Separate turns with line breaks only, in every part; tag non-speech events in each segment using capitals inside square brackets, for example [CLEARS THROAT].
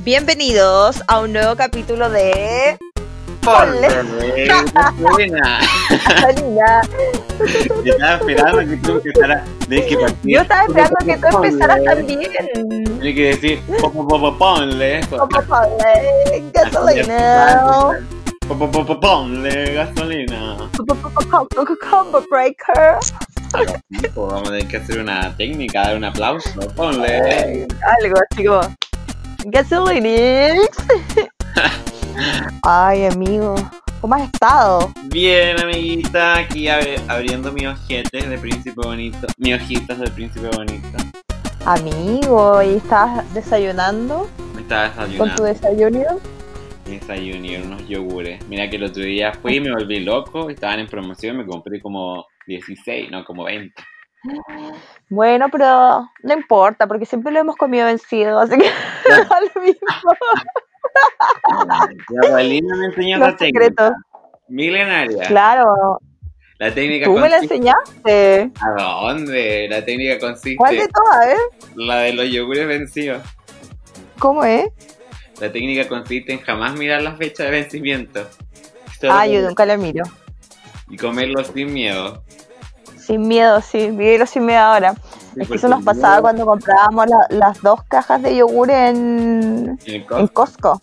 Bienvenidos a un nuevo capítulo de. Ponle.
Buena. Yo estaba esperando que tú empezaras. Tienes que partir.
Yo estaba esperando que tú
Ponle.
empezaras también. Oh,
Tienes que decir, po, po, po, po, ponle. po-
Como ponle
[LAUGHS]
gasolina.
po, po, po, po, Ponle gasolina.
Combo breaker.
Po, Pues Vamos a tener que hacer una técnica, dar un aplauso. Ponle.
Algo así como. Gasolina. Ay, amigo. ¿Cómo has estado?
Bien, amiguita, aquí abri- abriendo mis ojetes de príncipe bonito. Mis ojitos de príncipe bonito.
Amigo, ¿y estás desayunando?
Me estaba
¿Con tu
desayunando.
desayuno?
Desayuné unos yogures. Mira que el otro día fui y me volví loco. Estaban en promoción y me compré como 16, no, como 20.
Bueno, pero no importa, porque siempre lo hemos comido vencido, así que [LAUGHS] da lo mismo.
La Paulina me enseñó
Los
esa técnica.
secretos.
Milenaria.
Claro,
La técnica
tú me la
consiste...
enseñaste.
¿A dónde? La técnica consiste...
¿Cuál de todas, eh?
La de los yogures vencidos.
¿Cómo es?
La técnica consiste en jamás mirar las fechas de vencimiento. Solo
Ah, yo nunca la miro.
Y comerlos sin miedo.
Sin miedo, sí, vivirlo sin miedo ahora. Es que eso nos pasaba cuando comprábamos la- las dos cajas de yogur en,
En el
en
cos-
Costco.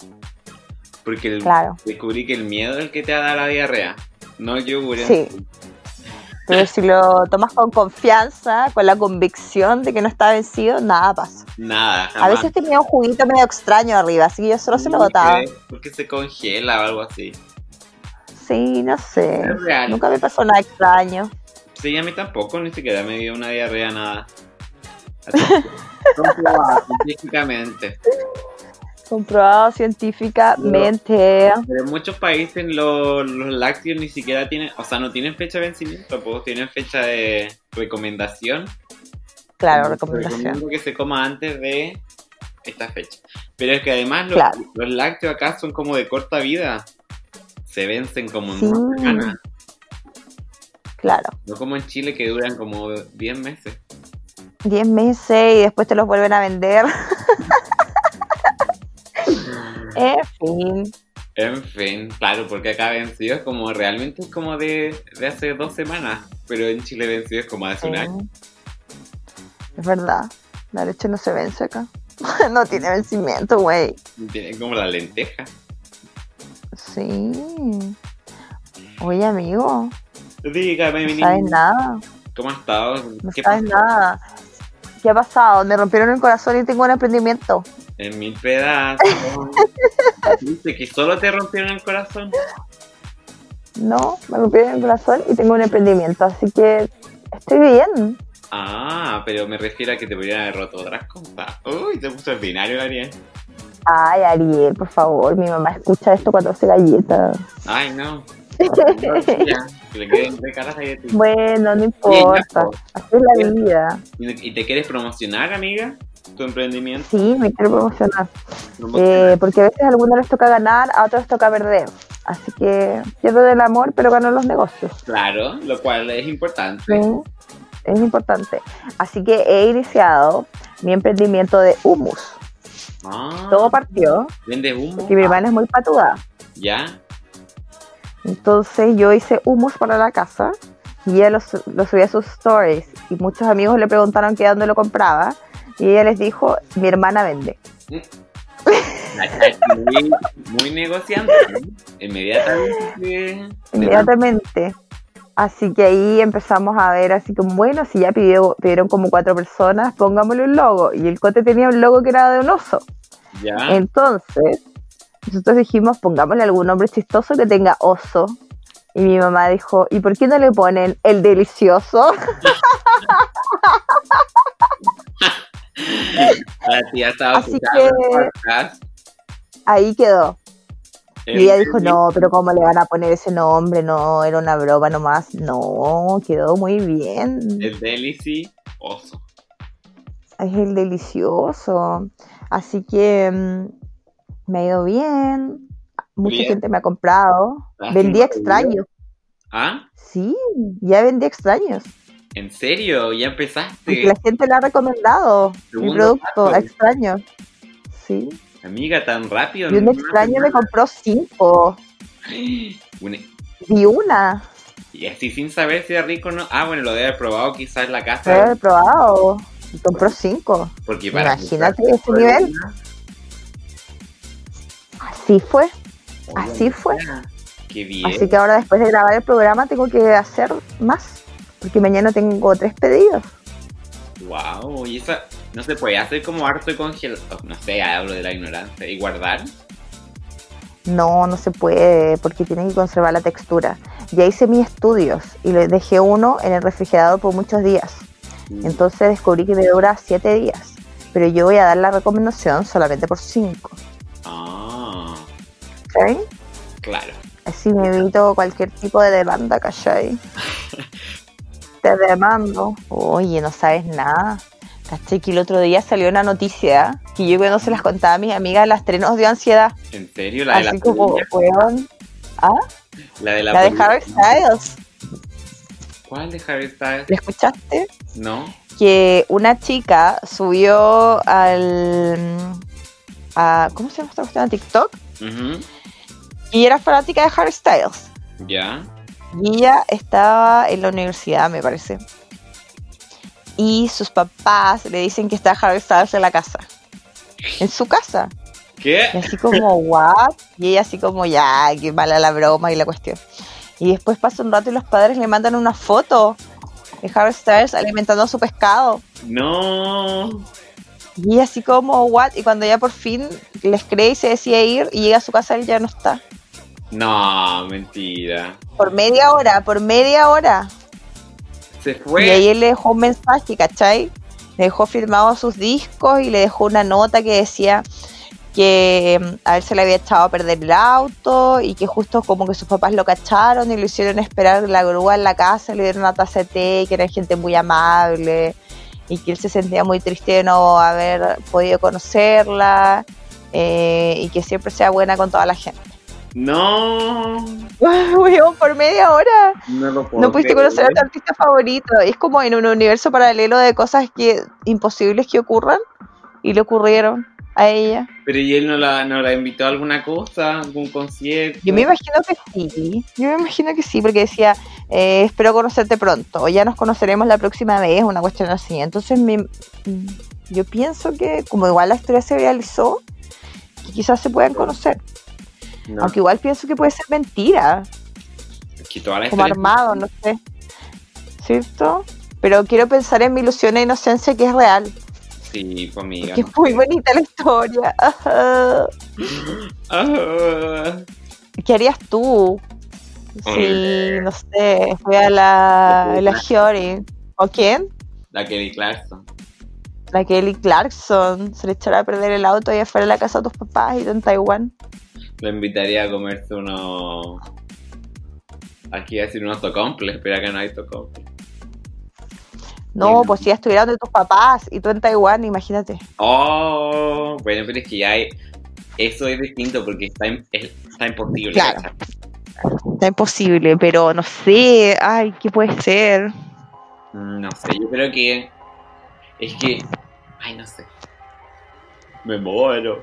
Porque el-
Claro,
descubrí que el miedo es el que te da la diarrea. No el yogur. en
Sí. pero si lo tomas con confianza, con la convicción de que no está vencido, nada pasa.
Nada, jamás.
A veces tenía un juguito medio extraño arriba, así que yo solo se lo
Sí,
botaba.
porque- Porque se congela o algo así.
Sí, no sé.
Es real.
Nunca me pasó nada extraño.
Sí, a mí tampoco, ni siquiera me dio una diarrea,
[LAUGHS]
nada. Así que, Comprobado científicamente.
Comprobado científicamente.
Pero en muchos países lo- los lácteos ni siquiera tienen, o sea, no tienen fecha de vencimiento, pues tienen fecha de recomendación.
Claro,
Te
recomendación.
recomiendo que se coma antes de esta fecha. Pero es que además los,
Claro.
los lácteos acá son como de corta vida. Se vencen como en
Sí.
una semana.
Claro.
No como en Chile que duran como 10 meses.
10 meses y después te los vuelven a
[LAUGHS]
vender. En fin.
En fin, claro, porque acá vencido es como realmente es como de, de hace dos semanas, pero en Chile vencido es como hace un año.
Es verdad. La leche no se vence acá. [LAUGHS] No tiene vencimiento, güey.
Tiene como la lenteja.
Sí. Oye, amigo.
Dígame, mi
No sabes
niño,
nada.
¿cómo has estado?
No
¿Qué
sabes
pasó?
nada. ¿Qué ha pasado? Me rompieron el corazón y tengo un emprendimiento.
En mil pedazos. Dice que solo te rompieron el corazón.
No, me rompieron el corazón y tengo un emprendimiento. Así que estoy bien.
Ah, pero me refiero a que te pudieran haber roto otras cosas. Uy, te puso ordinario, Ariel.
Ay, Ariel, por favor, mi mamá escucha esto cuando hace galletas.
Ay, no. No, tía, que le queden de caras ahí a ti.
Bueno, no importa.
pues. Bien,
Así es la vida.
¿Y te quieres promocionar, amiga? ¿Tu emprendimiento?
Sí, me quiero promocionar.
Promocionar.
Eh, porque a veces a algunos les toca ganar, a otros les toca perder. Así que pierdo el amor, pero gano los negocios.
Claro, lo cual es importante.
¿sí? Es importante. Así que he iniciado mi emprendimiento de humus.
Ah,
Todo partió
¿Vendes humo?
porque mi hermana es muy patuda.
¿Ya?
Entonces yo hice humus para la casa y ella lo, su- lo subía a sus stories y muchos amigos le preguntaron que dónde lo compraba y ella les dijo, mi hermana vende.
Muy, muy negociante. ¿no? Inmediatamente.
Inmediatamente. Así que ahí empezamos a ver, así como, bueno, si ya pidió- pidieron como cuatro personas, pongámosle un logo. Y el cote tenía un logo que era de un oso. Eh,
¿Ya?
Entonces, nosotros dijimos, pongámosle algún nombre chistoso que tenga oso. Y mi mamá dijo, ¿y por qué no le ponen el delicioso?
La tía estaba
Así
escuchando
que-
el podcast.
Ahí quedó.
El-
Y ella dijo, no, pero ¿cómo le van a poner ese nombre? No, era una broma nomás. No, quedó muy bien.
El delici oso.
Es el delicioso. Así que mm, me ha ido bien. Mucha
Bien.
gente me ha comprado.
Ah,
Vendí
qué
extraños.
¿Ah?
Sí, ya vendí extraños.
¿En serio? ¿Ya
Porque
empezaste?
La gente le ha recomendado mi
Segundo
producto
paso.
extraño. sí.
Amiga, tan rápido.
Y un
¿no? Una
extraño me
semana.
compró cinco.
[GASPS] Una-
Y una.
Y así sin saber si era rico o no. Ah, bueno, lo debe haber probado quizás en la
Lo he
casa.
probado. Y compró cinco.
Porque para
Imagínate
comprar-
ese nivel. Así fue. Así fue.
Qué bien.
Así que ahora después de grabar el programa tengo que hacer más. Porque mañana tengo tres pedidos.
Wow, y esa no se puede hacer como harto y congelado. No sé, hablo de la ignorancia. ¿Y guardar?
No, no se puede porque tienen que conservar la textura. Ya hice mis estudios y les dejé uno en el refrigerador por muchos días.
Mm,
Entonces descubrí que me dura 7 días. Pero yo voy a dar la recomendación solamente por 5.
Ah,
¿Cachai?
claro.
Así me evito cualquier tipo de demanda,
[LAUGHS]
¿cachai? Te demando. Oye, no sabes nada. ¿Cachai? Que el otro día salió una noticia que yo cuando se las contaba a mis amigas, las tres nos dio ansiedad.
¿En serio? ¿La de la
Así como,
polilla?
weón,
La de la,
la de
polilla?
Harry Styles.
¿Cuál de Harry Styles?
¿La escuchaste?
No.
que una chica subió al a, ¿cómo se llama esta cuestión? A TikTok
Ujú.
y era fanática de Harry Styles
Ya.
y ella estaba en la universidad me parece y sus papás le dicen que está Harry Styles en la casa en su casa y
¿Qué?
así como what y ella así como ya qué mala la broma y la cuestión y después pasa un rato y los padres le mandan una foto de Harry Styles alimentando a su pescado
No.
Y así como, what? Y cuando ya por fin les cree y se decide ir y llega a su casa, él ya no está.
No, mentira.
Por media hora, por media hora.
Se
Y
fue.
ahí él le dejó un mensaje, ¿cachai? Le dejó firmados sus discos y le dejó una nota que decía que mm, a él se le había echado a perder el auto y que justo como que sus papás lo cacharon y lo hicieron esperar en la grúa en la casa, le dieron una taza de té, que eran gente muy amable y que él se sentía muy triste de no haber podido conocerla eh, y que siempre sea buena con toda la gente.
No.
[LAUGHS] Weón, por media hora.
No lo puedo
No pudiste
creer.
conocer a tu artista favorito. Es como en un universo paralelo de cosas que imposibles que ocurran y le ocurrieron a ella.
Pero y él no la, no la invitó a alguna cosa, algún concierto.
Yo me imagino que sí. Yo me imagino que sí, porque decía, eh, espero conocerte pronto o ya nos conoceremos la próxima vez, una cuestión así. Entonces me- mm, yo pienso que como igual la historia se realizó, que quizás se puedan conocer.
No,
Aunque igual pienso que puede ser mentira.
que toda la
como
historia-
armado, no sé. ¿Cierto? Pero quiero pensar en mi ilusión e inocencia que es real,
Sí, pues amiga.
que es muy bonita la historia. Ajá.
Ah,
¿Qué harías tú? Si,
Hombre.
no sé, fui a la, la Giori. ¿O quién?
la Kelly Clarkson.
La Kelly Clarkson. Se le echará a perder el auto y afuera de la casa de tus papás y tú en Taiwán.
Lo invitaría a comerse unos. Aquí iba a decir unos tocomples, pero acá no hay tocomples.
No,
Mm.
pues si ya estuvieran de tus papás y tú en Taiwán, imagínate.
Oh, bueno, pero es que ya hay- eso es distinto porque está, im- es- está imposible.
Claro.
¿cachai?
Está imposible, pero no sé. Ay, ¿qué puede ser?
Mm, No sé, yo creo que. Es que. Ay, no sé. Me muero.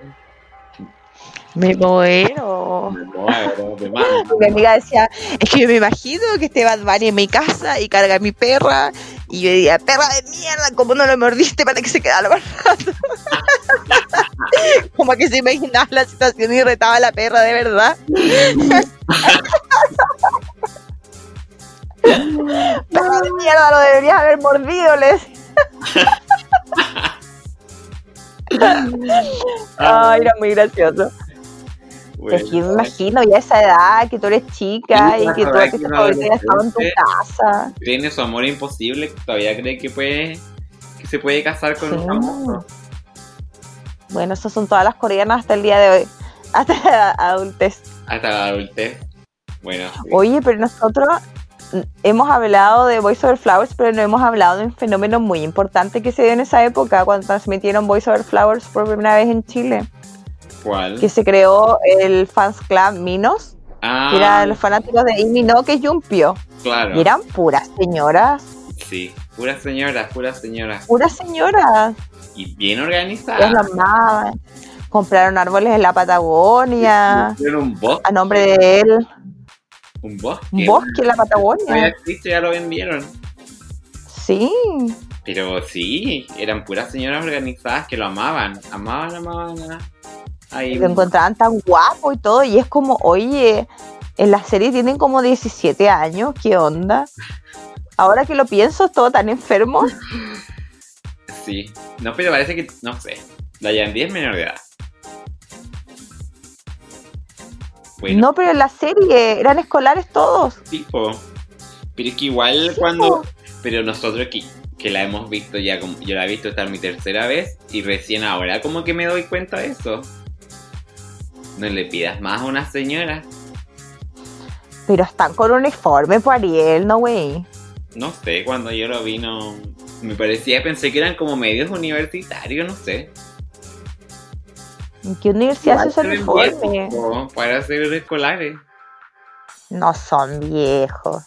Me muero.
Me muero. Me
[LAUGHS]
mato.
Mi amiga decía, es que yo me imagino que este Bad Bunny en mi casa y carga a mi perra. Y yo diría, perra de mierda, ¿cómo no lo mordiste para que se quedara guardado? [LAUGHS] Como que se imaginaba la situación y retaba a la perra de verdad. perra de mierda, lo deberías haber mordido, le decía. Ay, era muy gracioso.
Bueno,
Es que Pues me imagino ya a esa edad, que tú eres chica
Pues, Sí,
y que
claro,
tu artista
aquí no
favorito ya
adolescente.
estaba en tu casa.
Tiene su amor imposible. Todavía cree que puede. Que se puede casar con
Sí.
un famoso.
Bueno, esas son todas las coreanas hasta el día de hoy, [LAUGHS] hasta la adultez.
Hasta la adultez. Bueno. sí.
Oye, pero nosotros mm, hemos hablado de Voice Over Flowers, pero no hemos hablado de un fenómeno muy importante que se dio en esa época cuando transmitieron Voice Over Flowers por primera vez en Chile,
¿Cuál?
que se creó el fans club Minos,
Ah,
que eran los fanáticos de Amy No que Jumpio,
claro.
y eran puras señoras,
Sí, pura señora, pura señora.
puras señoras,
Y bien
ellas
organizada.
lo amaban. Compraron árboles en la Patagonia
Era un bosque.
a nombre de él.
Un bosque.
Un bosque en la
Todavía
Patagonia.
existe, ya lo vendieron.
Sí.
Pero sí, eran puras señoras organizadas que lo amaban. Amaban, amaban. a- Ahí.
Lo encontraban tan guapo y todo. Y es como, oye, en la serie tienen como 17 años. ¿Qué onda? Ahora que lo pienso, es todo tan enfermo.
Sí. No, pero parece que. No sé. La Yandy es menor de edad. Bueno,
No, pero en la serie eran escolares todos.
tipo. Pero es que igual cuando. Pero nosotros que, que la hemos visto ya. Como, yo la he visto esta mi tercera vez. Y recién ahora, como que me doy cuenta de eso. No le pidas más a una señora.
Pero están con uniforme por Ariel, no, güey.
No sé, cuando yo lo vi no... Me parecía, pensé que eran como medios universitarios, no sé.
¿En qué universidad se
Igual
usa
se
el
ven
uniforme?
viejos, po, Para ser escolares.
No son viejos.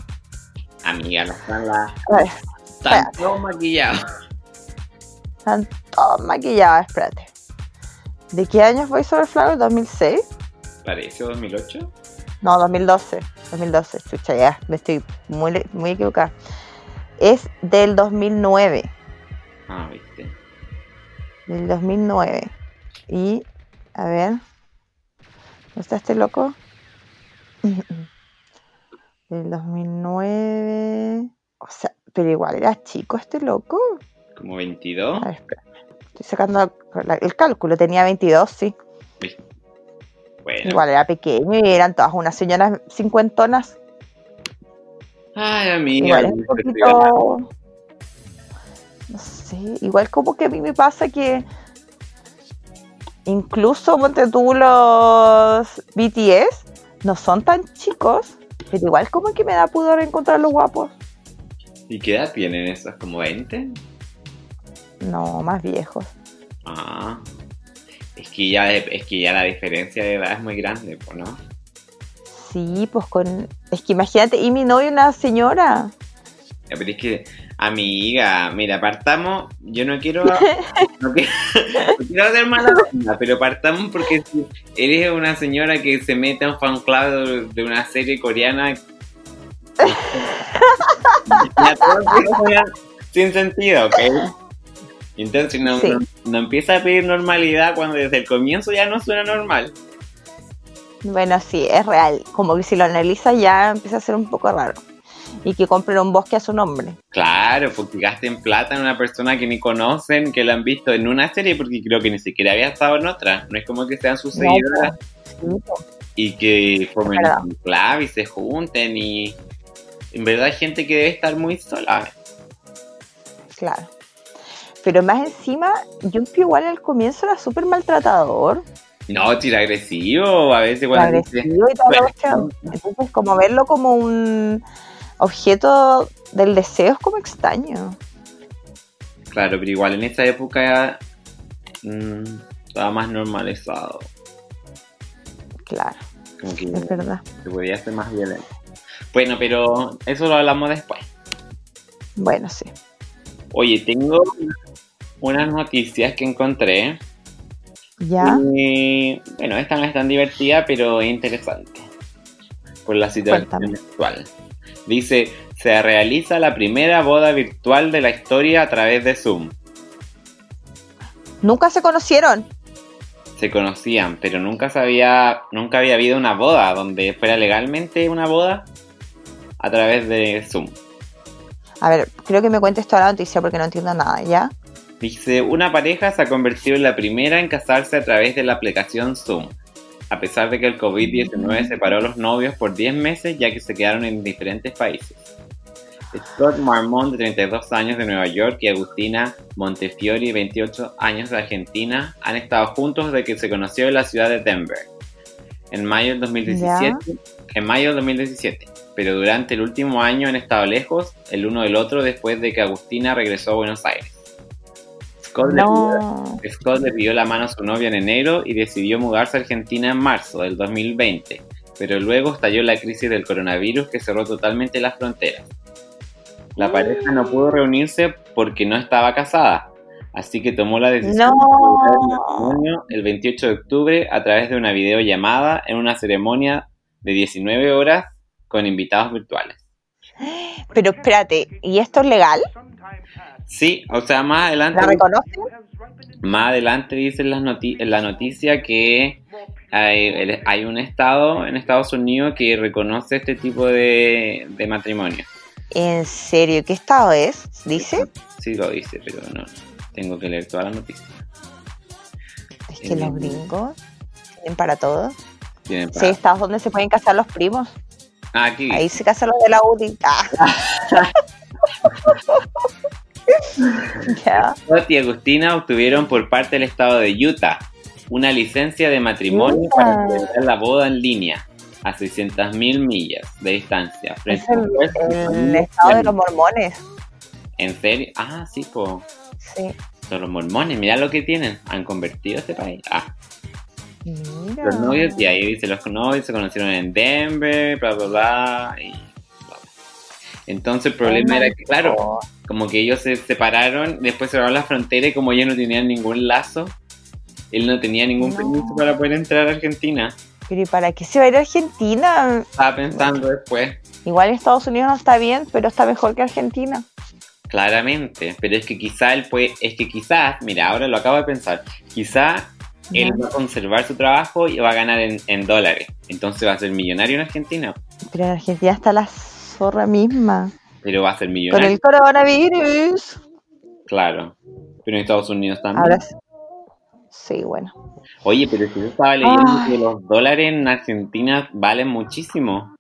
Amiga, no están la...
Ay,
Están todos maquillados.
Están todos maquillados, espérate. ¿De qué años voy sobre Flower? ¿2006?
Parece 2008.
No, 2012. 2012, chucha, ya. Me estoy muy, le- muy equivocada. Es del 2009.
Ah, viste.
Del 2009. Y, a ver. ¿No está este loco? [LAUGHS] Del 2009. O sea, pero igual era chico este loco.
Como 22.
A ver, espera. Estoy sacando la- el cálculo. Tenía 22, sí.
Bueno.
Igual era pequeño y eran todas unas señoras cincuentonas.
Ay, amiga.
Igual es un
me
poquito. No sé, igual como que a mí me pasa que. Incluso ponte tú los BTS no son tan chicos, pero igual como que me da pudor encontrar los guapos.
¿Y qué edad tienen esos? ¿Como 20?
No, más viejos.
Ah. Es que ya, es que ya la diferencia de edad es muy grande, po, ¿no?
Sí, pues con. Es que imagínate, y mi novio una señora.
Ya, Pero es que, amiga, mira, partamos. Yo no quiero. No quiero, no quiero hacer mala onda, pero partamos porque si eres una señora que se mete a un fan club de, de una serie coreana. [LAUGHS] Ya todo queda sin sentido, ¿ok? Entonces no,
Sí.
no, no empieza a pedir normalidad cuando desde el comienzo ya no suena normal.
Bueno, sí, es real. Como que si lo analizas ya empieza a ser un poco raro. Y que compren un bosque a su nombre.
Claro, porque gasten plata en una persona que ni conocen, que la han visto en una serie, porque creo que ni siquiera había estado en otra. No es como que sean sus
No,
seguidoras
Sí,
y que formen
verdad.
un club y se junten. Y en verdad, hay gente que debe estar muy sola.
Claro. Pero más encima, Yumpy igual al comienzo era súper maltratador,
No, tira agresivo. A veces cuando dice,
agresivo y toda la
bueno.
cuestión. Entonces, como verlo como un objeto del deseo es como extraño.
claro, pero igual en esa época mm, estaba más normalizado.
Claro,
Como que
es verdad.
se podía ser más violento. Bueno, pero eso lo hablamos después.
Bueno, sí.
Oye, tengo unas noticias que encontré.
Ya,
Y, bueno, esta no es tan divertida, pero es interesante. Por la situación
Cuéntame.
actual. Dice, se realiza la primera boda virtual de la historia a través de Zoom.
nunca se conocieron.
Se conocían, pero nunca sabía, nunca había habido una boda donde fuera legalmente una boda a través de Zoom.
A ver, creo que me cuentes toda la noticia porque no entiendo nada, ¿ya?
Dice, una pareja se ha convertido en la primera en casarse a través de la aplicación Zoom. A pesar de que el COVID-19 separó a los novios por 10 meses ya que se quedaron en diferentes países. Scott Marmont, de 32 años de Nueva York, y Agustina Montefiori, de 28 años de Argentina, han estado juntos desde que se conoció en la ciudad de Denver. En mayo del 2017, en mayo del 2017, pero durante el último año han estado lejos el uno del otro después de que Agustina regresó a Buenos Aires. Scott le pidió-
No.
Scott le pidió la mano a su novia en enero y decidió mudarse a Argentina en marzo del 2020, pero luego estalló la crisis del coronavirus que cerró totalmente las fronteras. La pareja no pudo reunirse porque no estaba casada, Así que tomó la decisión de celebrar el matrimonio el 28 de octubre a través de una videollamada en una ceremonia de 19 horas con invitados virtuales.
Pero espérate, ¿y esto es legal?
Sí, o sea, más adelante
¿La reconocen?
Más adelante dicen las noti- en la noticia que hay, el- hay un estado en Estados Unidos que reconoce este tipo de, de matrimonio.
¿En serio? ¿Qué estado es? ¿Dice?
Sí lo dice, pero no. Tengo que leer toda la noticia.
Es que
Eh,
los gringos tienen para todo.
Tienen
Sí,
para-
estados donde se pueden casar los primos.
Ah, aquí dice.
Ahí se casan los de la UDI.
[LAUGHS]
Ah. ya.
Scott y Agustina obtuvieron por parte del estado de Utah una licencia de matrimonio
Utah.
para celebrar la boda en línea a 600.000 millas de distancia. frente
Es
a un juez y
el, el
familia
estado de
en-
los mormones.
¿En serio? Ah, sí, po.
Sí.
Son los mormones, mirá lo que tienen. Han convertido este país. Ah,
Mira.
los novios, y ahí dice los novios se conocieron en Denver, bla, bla, bla. y bla, bla. Entonces el problema era que, claro,
Oh,
como que ellos se separaron, después cerraron la frontera y como ellos no tenían ningún lazo, él no tenía ningún
No.
permiso para poder entrar a Argentina.
Pero ¿y para qué se va a ir a Argentina?
Estaba pensando después,
Igual Estados Unidos no está bien, pero está mejor que Argentina.
claramente, pero es que quizá él puede, es que quizás, mira, ahora lo acabo de pensar, quizá él va a conservar su trabajo y va a ganar en, en dólares, entonces va a ser millonario en Argentina,
Pero en Argentina está la zorra misma.
pero va a ser
Con
millonario,
el coronavirus.
claro, pero en Estados Unidos también.
Ahora sí. Sí, bueno.
Oye, pero si yo estaba leyendo
Ay.
que los dólares en Argentina valen muchísimo.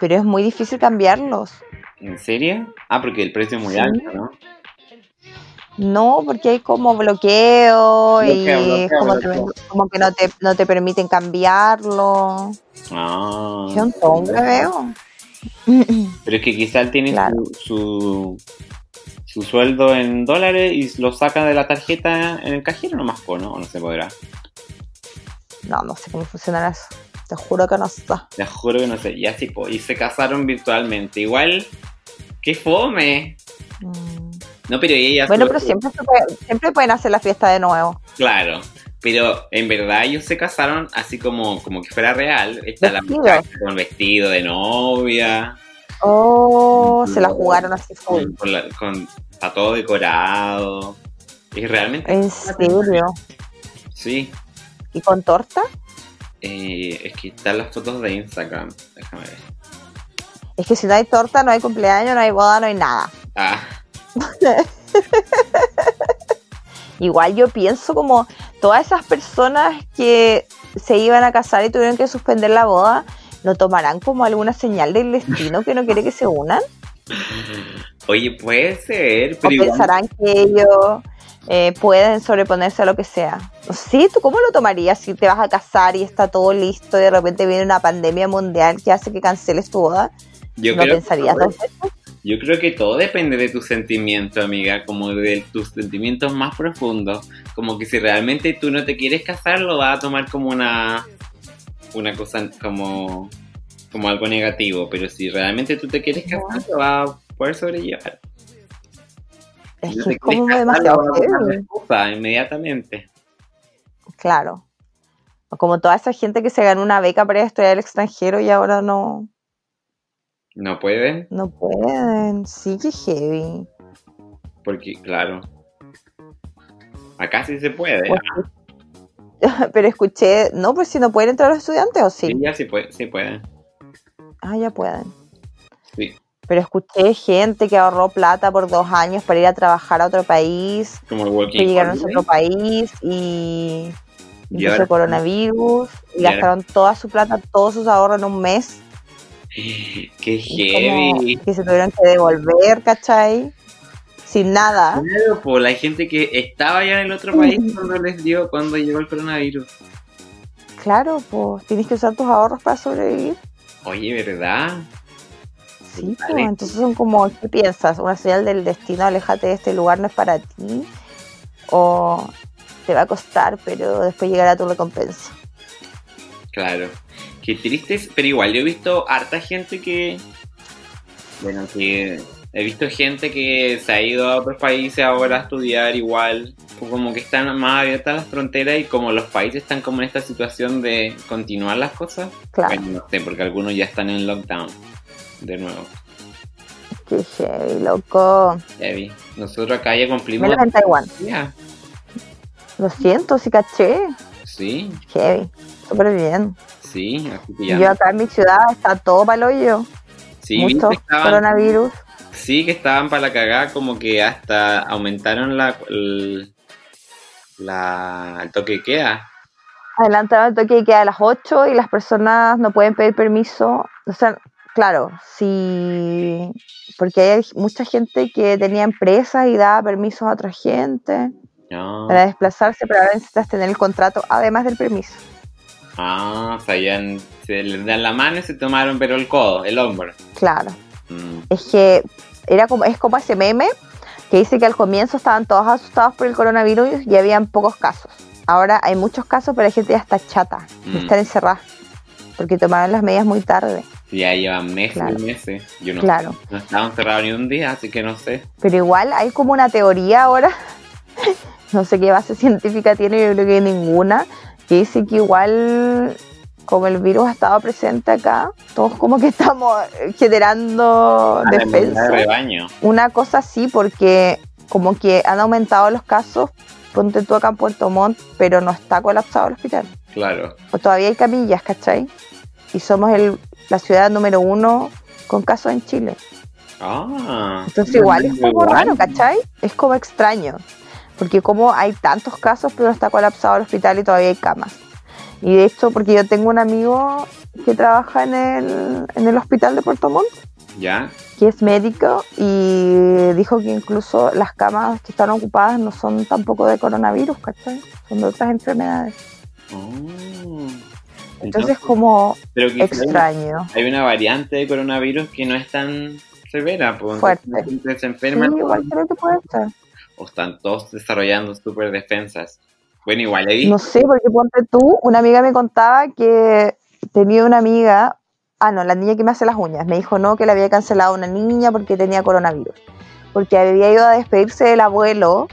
Pero es muy difícil cambiarlos.
¿En serio? Ah, porque el precio es muy
Sí.
alto, ¿no?
No, porque hay como bloqueo y
Bloqueo, bloqueo,
es como,
bloqueo.
que- como que no te, no te permiten cambiarlo.
Ah.
Qué un tonga veo.
Pero es que quizá él tiene
Claro.
su, su, su sueldo en dólares y lo saca de la tarjeta en el cajero nomás, po, ¿no? O no se podrá.
[CLEARS THROAT] No, no sé cómo funcionará eso. Te juro que no sé.
Te juro que no sé. Y así, po, y se casaron virtualmente. Igual, qué fome.
Mm.
No, pero ella...
Bueno,
sube
pero
su-
siempre, se puede- siempre pueden hacer la fiesta de nuevo.
Claro. Pero en verdad ellos se casaron así como, como que fuera real. Está la
Vestido.
muchacha con vestido de novia.
Oh, se la
No.
jugaron así full.
con, con la- con- está todo decorado. Es realmente,
En serio.
sí.
¿Y con torta?
Eh, es que están las fotos de Instagram. Déjame ver.
Es que si no hay torta, no hay cumpleaños, no hay boda, no hay nada.
Ah,
Igual yo pienso como todas esas personas que se iban a casar y tuvieron que suspender la boda, ¿no tomarán como alguna señal del destino que no quiere que se unan?
oye, puede ser,
¿O
pero igual-
pensarán que ellos eh, pueden sobreponerse a lo que sea? Sí, ¿tú cómo lo tomarías si te vas a casar y está todo listo y de repente viene una pandemia mundial que hace que canceles tu boda?
yo,
¿No
creo,
pensarías dos veces?
yo creo que todo depende de tus sentimientos, amiga, como de tus sentimientos más profundos. Como que si realmente tú no te quieres casar, lo vas a tomar como una, una cosa, como, como algo negativo. Pero si realmente tú te quieres casar, lo vas a poder sobrellevar.
Es
Yo
que
te
es como
quería
demasiado
casar, la
heavy.
cosa, inmediatamente.
Claro. O Como toda esa gente que se ganó una beca para ir a estudiar al extranjero y ahora no,
No pueden,
no pueden. Sí, que heavy.
porque, claro. Acá sí se puede.
Pues, [LAUGHS] Pero escuché, no, pues si no pueden entrar los estudiantes o sí.
Sí, ya sí puede, sí pueden.
Ah, ya pueden.
Sí.
Pero escuché gente que ahorró plata por dos años para ir a trabajar a otro país,
Como el walking
que llegaron a
holiday.
otro país y
Y
empezó
ahora-
el coronavirus y
y ahora-
gastaron toda su plata, todos sus ahorros en un mes.
[LAUGHS] Qué
Y como
heavy.
que se tuvieron que devolver, ¿cachai? Sin nada.
Claro, po, la gente que estaba ya en el otro país cuando les dio, cuando llegó el coronavirus.
Claro, pues tienes que usar tus ahorros para sobrevivir.
Oye, ¿verdad?
Sí, pues,
Vale.
entonces son como, ¿qué piensas? ¿Una señal del destino? Aléjate de este lugar, no es para ti. O te va a costar, pero después llegará tu recompensa.
Claro. Qué tristes, pero igual yo he visto harta gente que. Bueno, que He visto gente que se ha ido a otros países ahora a estudiar igual, pues como que están más abiertas las fronteras y como los países están como en esta situación de continuar las cosas,
Claro.
bueno, no sé, porque algunos ya están en lockdown, de nuevo.
Qué heavy, loco.
Ya vi. Nosotros acá ya cumplimos...
Menos en Taiwán.
Ya.
Lo siento, sí caché.
Sí,
Heavy. Súper bien.
sí, así que ya.
Yo acá en mi ciudad está todo para el hoyo.
sí, viste,
Mucho
estaban-
coronavirus.
Sí, que estaban para la cagada, como que hasta aumentaron la, el, la, el toque de queda.
Adelantaron el toque de queda a las 8 y las personas no pueden pedir permiso. O sea, claro, sí. Porque hay mucha gente que tenía empresas y daba permisos a otra gente
No.
para desplazarse, pero ahora necesitas tener el contrato además del permiso.
Ah, o sea, ya en- se les dan la mano y se tomaron, pero el codo, el hombro.
Claro.
Mm,
es que era como, es como ese meme que dice que al comienzo estaban todos asustados por el coronavirus y habían pocos casos. Ahora hay muchos casos, pero la gente ya está chata,
Mm.
está estar encerrada, porque tomaron las medidas muy tarde,
ya llevan meses
Claro.
y meses. Yo no,
claro.
no estaba encerrado ni un día, así que no sé.
Pero igual hay como una teoría ahora, [LAUGHS] no sé qué base científica tiene, yo creo que ninguna, que dice que igual como el virus ha estado presente acá, todos como que [LAUGHS] estamos generando
Ah, la inmunidad de
defensa.
rebaño.
una cosa sí, porque como que han aumentado los casos, ponte tú acá en Puerto Montt, pero no está colapsado el hospital.
Claro.
O todavía hay camillas, ¿cachai? Y somos el, la ciudad número uno con casos en Chile.
Ah.
Entonces igual es como
Igual.
raro, ¿cachai? Es como extraño. Porque como hay tantos casos, pero está colapsado el hospital y todavía hay camas. Y de hecho, porque yo tengo un amigo que trabaja en el, en el hospital de Puerto Montt,
Ya.
que es médico y dijo que incluso las camas que están ocupadas no son tampoco de coronavirus, ¿cachai? Son de otras enfermedades.
Oh.
Entonces como
pero quizás-
extraño.
hay una variante de coronavirus que no es tan severa, pues
Fuerte.
entonces la gente se
Sí,
enferma
igual creo que puede ser.
o están todos desarrollando super defensas. Bueno, igual ahí
No sé, porque ponte tú, una amiga me contaba que tenía una amiga, ah no, la niña que me hace las uñas, me dijo no, que le había cancelado a una niña porque tenía coronavirus, porque había ido a despedirse del abuelo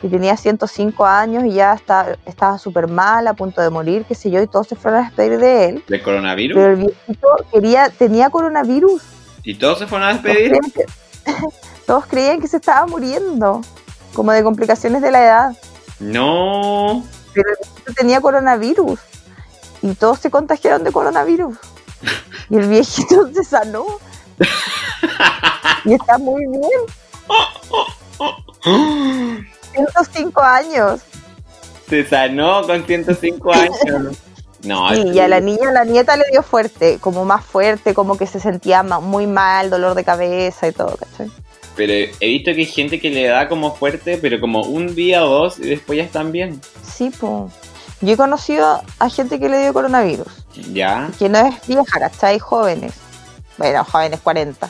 que tenía 105 años y ya está, estaba súper mal, a punto de morir, qué sé yo, y todos se fueron a despedir de él,
de coronavirus
pero el viejito quería, tenía coronavirus,
y todos se fueron a
todos
despedir.
creían, que, [LAUGHS] todos creían que se estaba muriendo, como de complicaciones de la edad.
No, [GASPS]
pero el viejito tenía coronavirus y todos se contagiaron de coronavirus y el viejito [LAUGHS] se sanó y está muy bien 105 años
se sanó con 105 años. No,
y,
sí.
a la niña la nieta le dio fuerte como más fuerte como que se sentía ma- muy mal dolor de cabeza y todo ¿cachai?
pero he visto que hay gente que le da como fuerte, pero como un día o dos y después ya están bien.
sí pues yo he conocido a gente que le dio coronavirus
Ya,
que no es vieja ¿cachai? jóvenes bueno jóvenes 40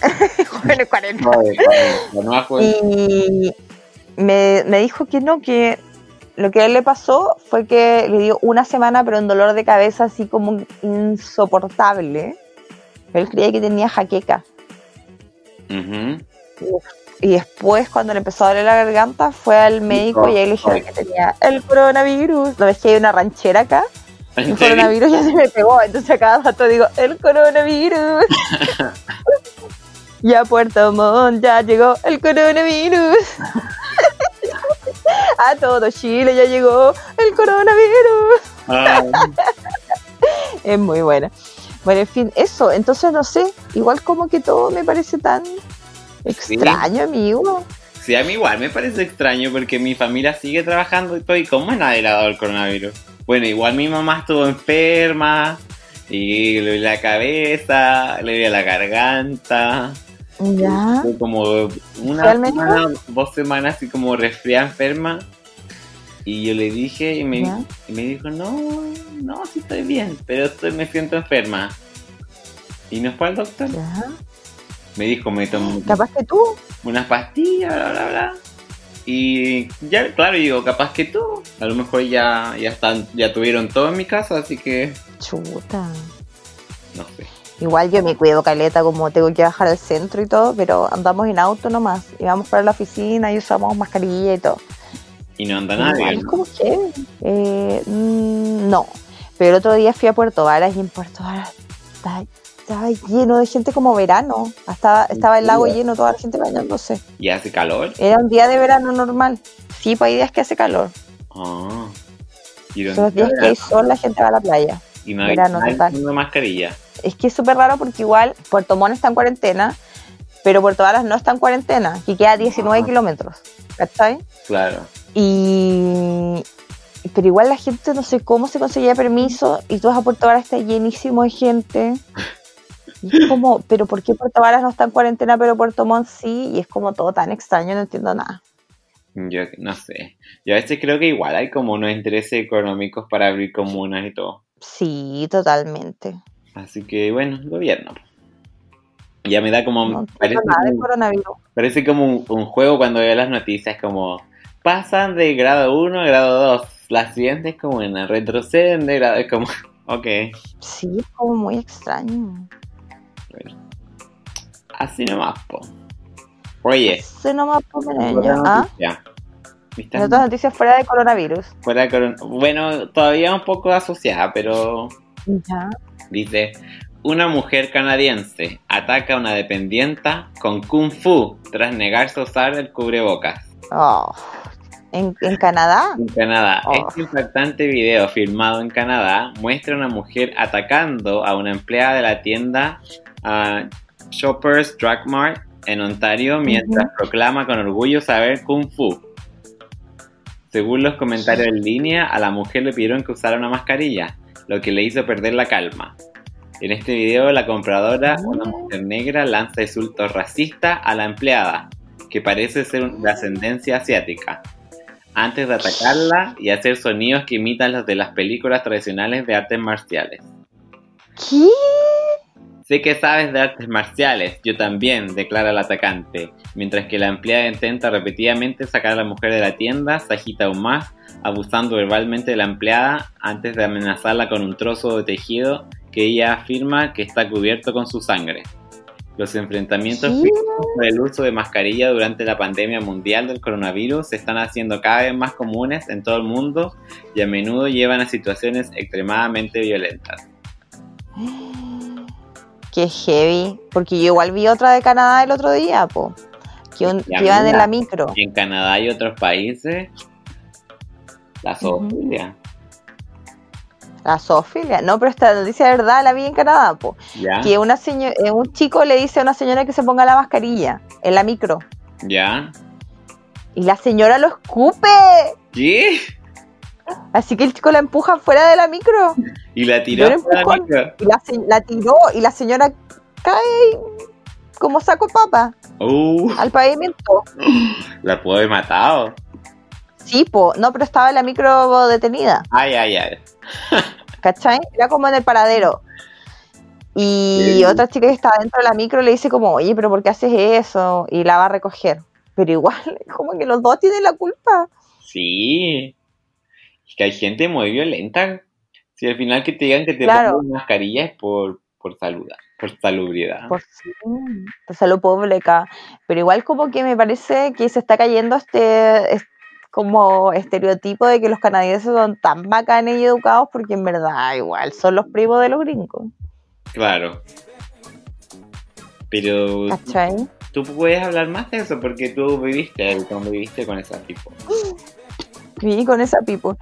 [LAUGHS] jóvenes 40
Joder, joder, la nueva juventud.
Y me, me dijo que no, que lo que a él le pasó fue que le dio una semana, pero un dolor de cabeza así como insoportable. Él creía que tenía jaqueca.
Ujú.
Y después, cuando le empezó a doler la garganta, fue al médico y ahí le dijeron que tenía el coronavirus. ¿No ves que hay una ranchera acá?
¿En
El
serio?
coronavirus ya se me pegó, entonces a cada rato digo, el
[LAUGHS]
coronavirus. ya a Puerto Montt ya llegó el coronavirus. [LAUGHS] a todo Chile ya llegó el coronavirus.
Ah,
Es muy buena. Bueno, en fin, eso. Entonces, no sé, igual como que todo me parece tan extraño, amigo.
Sí, a mí igual me parece extraño porque mi familia sigue trabajando y todo, y cómo nadie le ha dado el coronavirus. Bueno, igual mi mamá estuvo enferma, y le vi la cabeza, le vi la garganta.
Ya.
Fue como
¿Fue
una
al médico?
semana, dos semanas así como resfriada enferma. Y yo le dije y me,
Ya.
y me dijo, no, no, sí estoy bien, pero estoy, me siento enferma. Y nos fue al doctor.
ya.
Me dijo, me tomó
Capaz que tú.
unas pastillas, bla, bla, bla. Y ya, claro, yo digo, capaz que tú, a lo mejor ya, ya, están, ya tuvieron todo en mi casa, así que
Chuta.
no sé.
Igual yo me cuido caleta, como tengo que bajar al centro y todo, pero andamos en auto nomás. Y vamos para la oficina y usamos mascarilla y todo.
Y no anda nadie.
Igual es como que, eh, mm, no. Pero el otro día fui a Puerto Varas y en Puerto Varas está- estaba lleno de gente como verano. Estaba, estaba el lago
Mentira.
lleno, toda la gente bañándose.
¿Y hace calor?
Era un día de verano normal. Sí, pues hay días que hace calor.
Ah. Y
Son los días que hay sol, la gente va a la playa.
Y me
verano, total.
una mascarilla.
Es que es súper raro porque igual Puerto Montt está en cuarentena, pero Puerto Varas no está en cuarentena, que queda 19
Ah.
kilómetros. ¿Cachai?
Claro.
Y. Pero igual la gente no sé cómo se conseguía permiso y tú vas a Puerto Varas, está llenísimo de gente. Y es como, pero ¿por qué Puerto Varas no está en cuarentena, pero Puerto Montt sí? Y es como todo tan extraño, no entiendo nada.
Yo no sé. Yo a veces creo que igual hay como unos intereses económicos para abrir comunas y todo.
Sí, totalmente.
Así que bueno, gobierno. Ya me da como...
No entiendo
parece,
nada de
como-
coronavirus.
parece como un, un juego cuando veo las noticias como... Pasan de grado 1 a grado 2. Las siguientes como en retroceden de grado... Es como... [LAUGHS] Ok.
Sí, es como muy extraño.
Así nomás, po. Oye.
Eso no más
otra
pomereño. ¿Ah?
noticia. Estás
Y otras noticias fuera de coronavirus.
fuera de coron- Bueno, todavía un poco asociada, pero...
Ya.
Dice, una mujer canadiense ataca a una dependienta con kung fu tras negarse a usar el cubrebocas.
Oh. ¿En, en Canadá?
En Canadá,
Oh.
este impactante video filmado en Canadá muestra a una mujer atacando a una empleada de la tienda ah, Shoppers Drug Mart en Ontario mientras proclama con orgullo saber kung fu. Según los comentarios en línea, a la mujer le pidieron que usara una mascarilla, lo que le hizo perder la calma. En este video, la compradora, una mujer negra, lanza insultos racistas a la empleada, que parece ser un- de ascendencia asiática, antes de atacarla y hacer sonidos que imitan los de las películas tradicionales de artes marciales.
¿Qué?
Sé que sabes de artes marciales, yo también, declara el atacante, mientras que la empleada intenta repetidamente sacar a la mujer de la tienda, se agita aún más, abusando verbalmente de la empleada antes de amenazarla con un trozo de tejido que ella afirma que está cubierto con su sangre. Los enfrentamientos
¿Qué?
físicos por el uso de mascarilla durante la pandemia mundial del coronavirus se están haciendo cada vez más comunes en todo el mundo y a menudo llevan a situaciones extremadamente violentas.
Qué heavy. Porque yo igual vi otra de Canadá el otro día, po. Que, un,
Ya,
que iban
mira.
en la micro.
Y en Canadá y otros países, la zoofilia.
La zoofilia. No, pero esta noticia de verdad la vi en Canadá, po.
¿Ya?
Que una seño- eh, un chico le dice a una señora que se ponga la mascarilla en la micro.
¿Ya?
Y la señora lo escupe.
¿Qué?
Así que el chico la empuja fuera de la micro.
Y la tiró
Yo le
por la
empujo-
micro.
Y la, se- la tiró y la señora cae y- como saco papa
Uh,
al pavimento.
la puedo haber matado.
Sí, po. No, pero estaba en la micro detenida.
Ay, ay, ay.
¿cachai? Era como en el paradero. Y
Sí.
otra chica que estaba dentro de la micro le dice como, oye, pero ¿por qué haces eso? Y la va a recoger. Pero igual, [LAUGHS] como que los dos tienen la culpa.
Sí. Es que hay gente muy violenta. Si al final que te digan que te
Claro.
pongas mascarilla es por, por salud, por salubridad.
Por sí, por salud pública. Pero igual como que me parece que se está cayendo este, es- como estereotipo de que los canadienses son tan bacanes y educados porque en verdad igual son los primos de los gringos.
Claro. Pero
¿Cachai?
tú puedes hablar más de eso porque tú viviste, conviviste con ese tipo.
Sí, con esa pipo.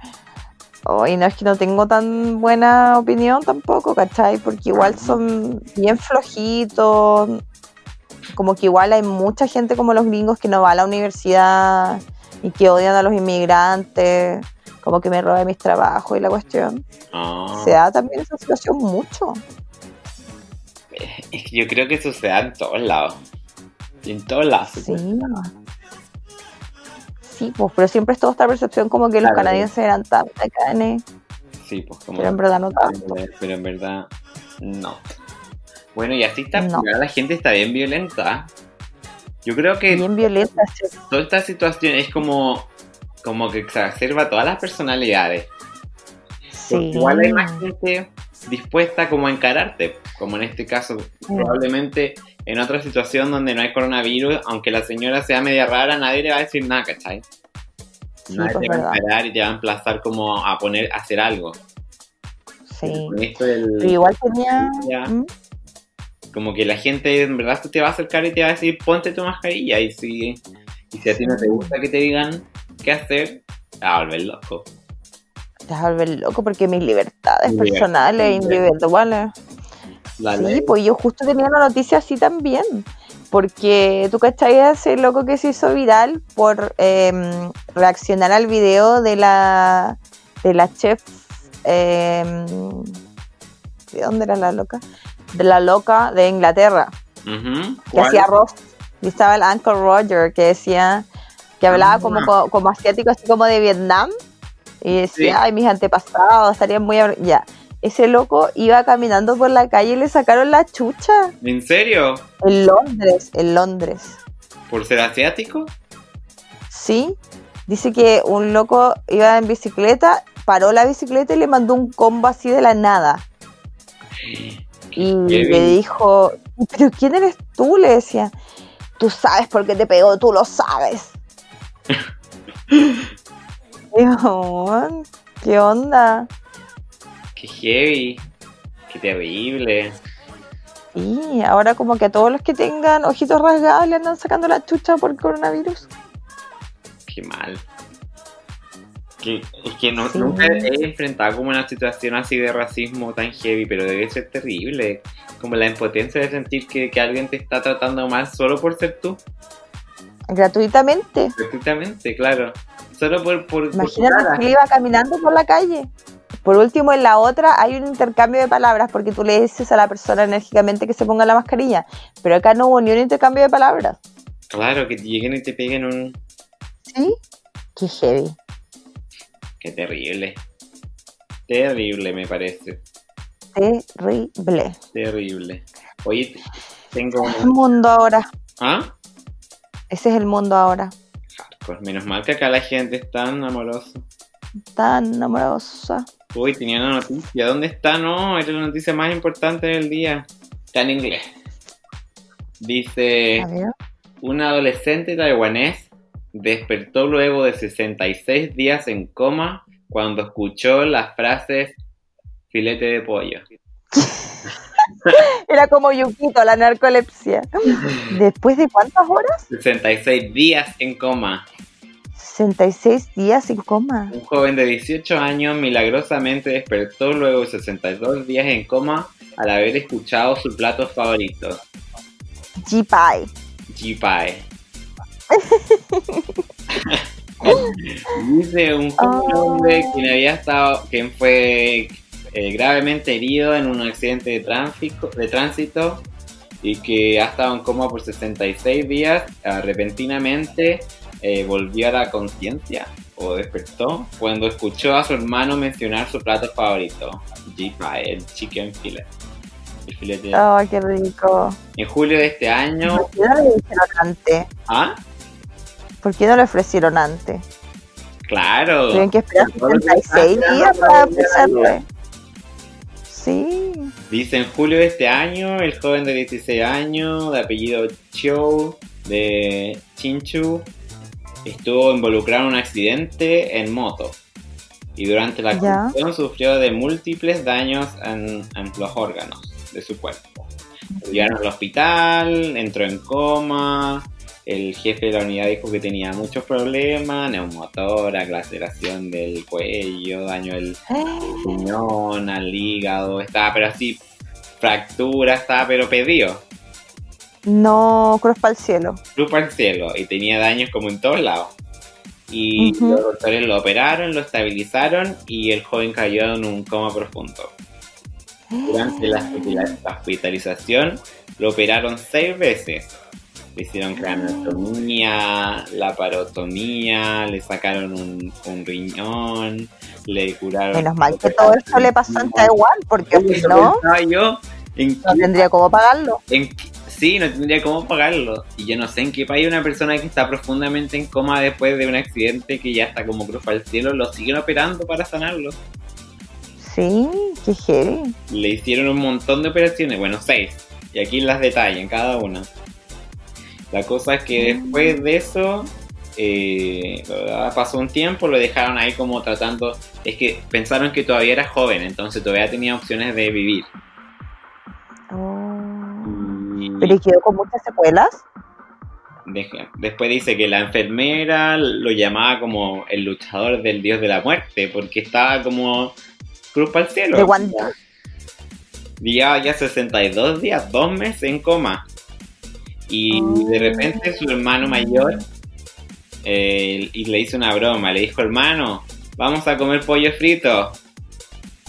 Hoy no es que no tengo tan buena opinión tampoco, ¿cachai? Porque igual son bien flojitos. Como que igual hay mucha gente como los gringos que no va a la universidad y que odian a los inmigrantes, como que me roban mis trabajos y la cuestión.
Ah.
Se da también esa situación mucho.
Es que yo creo que eso se da en todos lados. En todos lados.
Sí. Sí, pues, pero siempre estuvo esta percepción como que los
Claro.
canadienses eran tan bacanes,
Sí, pues como.
pero en verdad no tanto.
Pero en verdad, no. Bueno, y así está.
No.
La gente está bien violenta. Yo creo que
Bien violenta, sí.
toda esta situación es como. Como que exacerba todas las personalidades.
Sí.
Porque Igual hay más gente dispuesta como a encararte, como en este caso,
Mm.
probablemente en otra situación donde no hay coronavirus, aunque la señora sea media rara, nadie le va a decir nada, ¿cachai?
Sí,
nadie
pues,
te va
verdad.
a esperar y te va a emplazar como a poner, a hacer algo.
Sí.
Con esto del-
Pero igual tenía.
Ya.
¿Mm?
como que la gente en verdad se te va a acercar y te va a decir ponte tu mascarilla y si, y si a ti no te gusta que te digan qué hacer, te vas a volver loco.
Te vas a volver loco porque mis libertades
Mis
personales e
libertades.
individuales.
La
Sí,
ley-
pues yo justo tenía una noticia así también. Porque tú cachai a ese loco que se hizo viral por em, reaccionar al video de la, de la chef. em, ¿De dónde era la loca? De la loca de Inglaterra.
Ujú.
que
¿Cuál?
hacía arroz. Y estaba el Uncle Roger que decía que hablaba
Ah.
como, co- como asiático, así como de Vietnam. Y decía,
Sí.
ay, mis antepasados estarían muy. abr-". Ya. Ese loco iba caminando por la calle y le sacaron la chucha.
¿En serio?
En Londres, en Londres.
¿Por ser asiático?
Sí. Dice que un loco iba en bicicleta, paró la bicicleta y le mandó un combo así de la nada. Y le
heavy.
dijo, ¿pero quién eres tú? Le decía, tú sabes por qué te pegó, tú lo sabes. Digo, "Weón, ¿Qué onda?
Qué heavy, qué terrible.
Y ahora como que a todos los que tengan ojitos rasgados le andan sacando la chucha por coronavirus.
Qué mal. Que- es que no-
Sí.
nunca he enfrentado como una situación así de racismo tan heavy, pero debe ser terrible. Como la impotencia de sentir que, que alguien te está tratando mal solo por ser tú.
Gratuitamente.
Perfectamente, claro. Solo por... por, por nada.
Imagínate que él iba caminando por la calle. Por último, en la otra hay un intercambio de palabras porque tú le dices a la persona enérgicamente que se ponga la mascarilla. Pero acá no hubo ni un intercambio de palabras.
Claro, que te lleguen y te peguen un...
¿Sí? Qué heavy.
Qué terrible. Terrible, me parece.
Terrible.
Terrible. Oye, t- tengo...
El mundo ahora.
¿Ah?
Ese es el mundo ahora.
Pues menos mal que acá la gente es tan amorosa.
Tan amorosa.
Uy, tenía una noticia. ¿Dónde está? No, era la noticia más importante del día. Está en inglés. Dice...
A ver.
Un adolescente taiwanés despertó luego de 66 días en coma cuando escuchó las frases filete de pollo.
Era como Yukito, la narcolepsia. ¿Después de cuántas horas?
66 días en coma.
66 días sin coma.
Un joven de 18 años milagrosamente despertó luego de 62 días en coma al haber escuchado su plato favorito,
G-Pie.
G-Pie. [LAUGHS] Dice un joven
Oh.
hombre quien había estado, quien fue eh, gravemente herido en un accidente de tráfico, de tránsito y que ha estado en coma por 66 días, ah, repentinamente eh, volvió a la conciencia o despertó cuando escuchó a su hermano mencionar su plato favorito, G-Pie, el chicken fillet. El filete.
Oh, qué rico.
En julio de este año,
¿Por qué no le dijeron antes?
¿ah?
¿Por qué no le ofrecieron antes?
Claro.
Tuvieron que esperar
Todo lo que
66
está
días
esperando
para
para llegar al
ofrecerle. Sí. [GASPS]
Dice en julio de este año, el joven de 16 años, de apellido Chou, de Chinchu, estuvo involucrado en un accidente en moto. Y durante la
Ya.
conducción sufrió de múltiples daños en, en los órganos de su cuerpo. Lo llevaron al hospital, entró en coma, el jefe de la unidad dijo que tenía muchos problemas, neumotora, laceración del cuello, daño del riñón, al hígado, estaba pero así, fractura, estaba pero pedido,
No, cruz para el cielo.
cruz al cielo, y tenía daños como en todos lados. Y
Ujú.
los doctores lo operaron, lo estabilizaron y el joven cayó en un coma profundo. Durante la hospitala- la hospitalización lo operaron seis veces. Le hicieron craneotomía, laparotomía, le sacaron un, un riñón, le curaron.
Menos mal que todo esto le pasó en Taiwán, porque si
Eso
no,
pensaba yo, ¿en
no
qué-
tendría cómo pagarlo.
en qué- sí, no tendría cómo pagarlo. Y yo no sé en qué país una persona que está profundamente en coma después de un accidente que ya está como cruz al cielo, lo siguen operando para sanarlo.
Sí, Qué heavy.
Le hicieron un montón de operaciones, bueno, seis. Y aquí las detallan cada una. La cosa es que después de eso eh, pasó un tiempo, lo dejaron ahí como tratando. Es que pensaron que todavía era joven, entonces todavía tenía opciones de vivir. Y
Pero ¿y quedó con muchas secuelas.
deja- después dice que la enfermera lo llamaba como el luchador del dios de la muerte, porque estaba como cruz para el cielo.
De Wanda.
Llevaba ya 62 días, dos meses en coma. Y de repente su hermano mayor eh, y le hizo una broma, le dijo, hermano, vamos a comer pollo frito.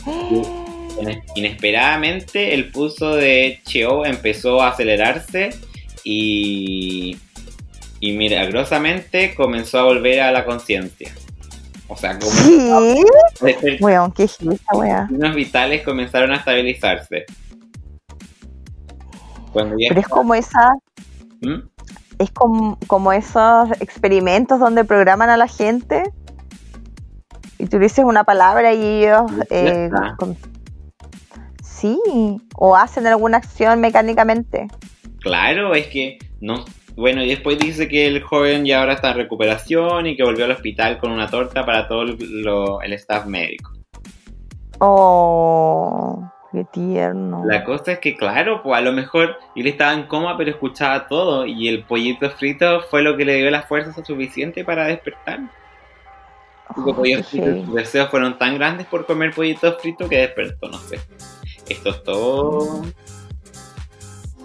Ine- Inesperadamente el pulso de Cheo empezó a acelerarse y, y milagrosamente comenzó a volver a la conciencia. O sea, como
¿Qué?
despertó
Weón, qué heavy esa weá.
signos vitales comenzaron a estabilizarse. Cuando ya...
Pero es como esa,
¿Mm?
es como, como esos experimentos donde programan a la gente y tú dices una palabra y ellos eh,
Despierta.
con- sí, o hacen alguna acción mecánicamente.
Claro, es que no. Bueno, y después dice que el joven ya ahora está en recuperación y que volvió al hospital con una torta para todo el- lo- el staff médico.
Oh, qué tierno.
La cosa es que, claro, pues a lo mejor él estaba en coma pero escuchaba todo y el pollito frito fue lo que le dio las fuerzas suficientes para despertar.
Oh,
Digo, pollo
qué
frito,
heavy.
sus deseos fueron tan grandes por comer pollitos fritos que despertó, no sé. Esto es todo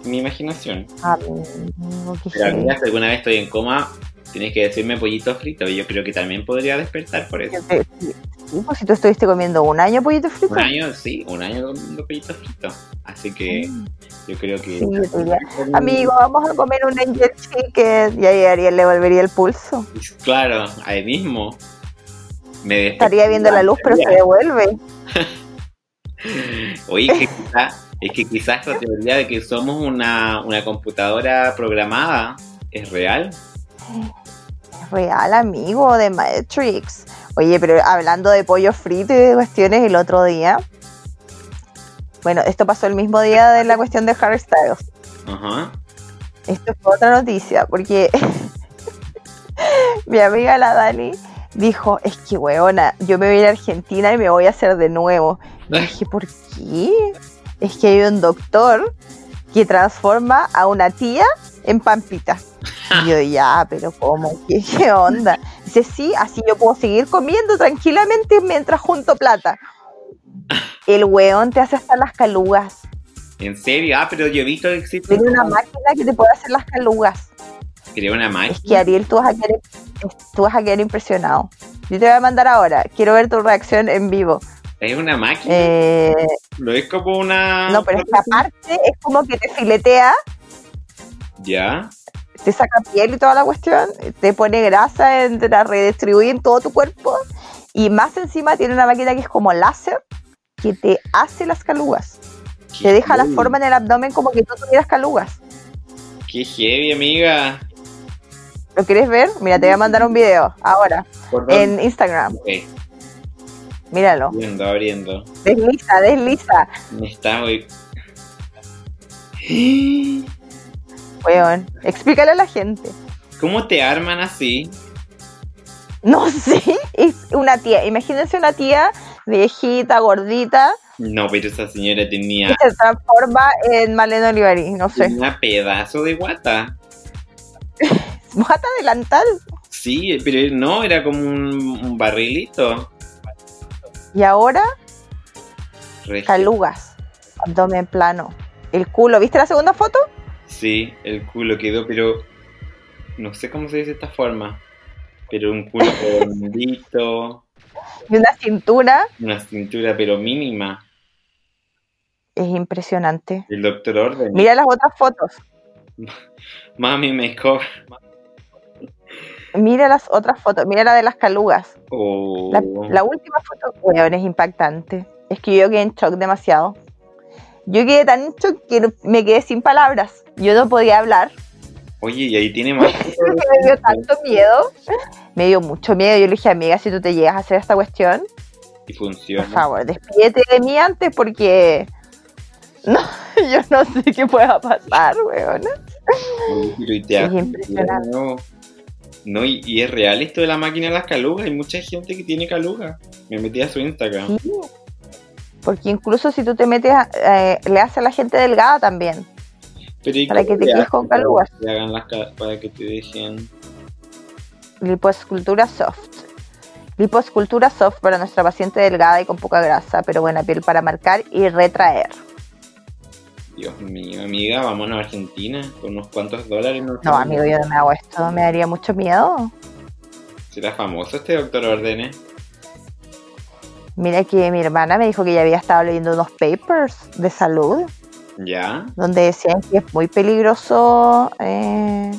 mi imaginación.
Amigo, qué
Pero
heavy.
amiga, si alguna vez estoy en coma, tienes que decirme pollitos fritos. Yo creo que también podría despertar por eso.
Yo te- sí, sí, pues si tú estuviste comiendo un año pollito frito.
Un año, sí, un año comiendo pollitos fritos. Así que yo creo que...
Sí, yo te diría, Mm. Amigo, vamos a comer un angel chicken. Y ahí Ariel le volvería el pulso.
Claro, ahí mismo. Me desperté.
Estaría viendo la luz, pero se devuelve.
Oye, es que quizá- es que quizás la teoría de que somos una, una computadora programada es real.
Es real, amigo, de Matrix. Oye, pero hablando de pollo frito y de cuestiones, el otro día. Bueno, esto pasó el mismo día de la cuestión de Harry Styles.
Ajá.
Esto fue otra noticia, porque [LAUGHS] mi amiga la Dani dijo, es que weona, yo me voy a ir a Argentina y me voy a hacer de nuevo. Y dije, ¿por qué? Es que hay un doctor que transforma a una tía en pampita. Y yo, ya, pero ¿cómo? ¿Qué, qué onda? Dice, sí, así yo puedo seguir comiendo tranquilamente mientras junto plata. El weón te hace hasta las calugas.
En serio, ah, pero yo he visto que existe
Tiene una máquina que te puede hacer las calugas.
Creó una
Es
máquina.
que Ariel, tú vas, a quedar, tú vas a quedar impresionado. Yo te voy a mandar ahora. Quiero ver tu reacción en vivo.
Es una máquina.
Eh,
No es como una.
no, pero esta parte es como que te filetea,
Ya.
te saca piel y toda la cuestión, te pone grasa, en- te la redistribuye en todo tu cuerpo. Y más encima tiene una máquina que es como láser que te hace las calugas. Te deja la
heavy.
forma en el abdomen como que tú tuvieras calugas.
Qué heavy, amiga.
¿Lo quieres ver? Mira, te voy a mandar un video ahora
¿Por dónde?
en Instagram.
Ok,
Míralo.
abriendo, abriendo.
Desliza, desliza.
Me está [GASPS] muy. ¿Cómo
Weón, explícale a la gente.
te arman así?
No [LAUGHS] sé, es una tía. Imagínense una tía viejita, gordita,
No, pero esa señora
que
tenía
se transforma en Malena Olivari. No sé.
una pedazo de guata.
Mata delantal.
Sí, pero no, era como un, un barrilito.
Y ahora,
Regio.
calugas. Abdomen plano. El culo. ¿Viste la segunda foto?
Sí, el culo quedó, pero no sé cómo se dice esta forma. Pero un
[LAUGHS]
culo redondito,
Y una cintura.
una cintura pero mínima.
Es impresionante.
El doctor Orden.
Mira las otras fotos.
Mami me cobra.
Mira las otras fotos. Mira la de las calugas.
Oh,
La, la última foto, weón, es impactante. Es que yo quedé en shock demasiado. Yo quedé tan en shock que no- me quedé sin palabras. Yo no podía hablar.
Oye, y ahí
[LAUGHS]
tiene más.
Porque me dio tanto miedo. Me dio mucho miedo. Yo le dije, amiga, si tú te llegas a hacer esta cuestión,
Y funciona.
Por favor, despídete de mí antes porque [LAUGHS] no, yo no sé qué pueda pasar, weón.
Y te-
Es impresionante.
No, No, y, y es real esto de la máquina de las calugas. Hay mucha gente que tiene calugas. Me metí a su Instagram.
Sí. Porque incluso si tú te metes, a- eh, le hace a la gente delgada también.
Pero ¿y
Para
cómo
que te
le
quedes
hacen
con
para
calugas?
que te hagan las ca- para que te dejen.
Lipoescultura soft. Lipoescultura soft para nuestra paciente delgada y con poca grasa, pero buena piel para marcar y retraer.
Dios mío, amiga, vámonos a Argentina con unos cuantos dólares.
No, amigo, yo no me hago esto, me daría mucho miedo.
¿Será famoso este doctor Ordenes?
Mira que mi hermana me dijo que ya había estado leyendo unos papers de salud
¿Ya?
donde decían que es muy peligroso, eh,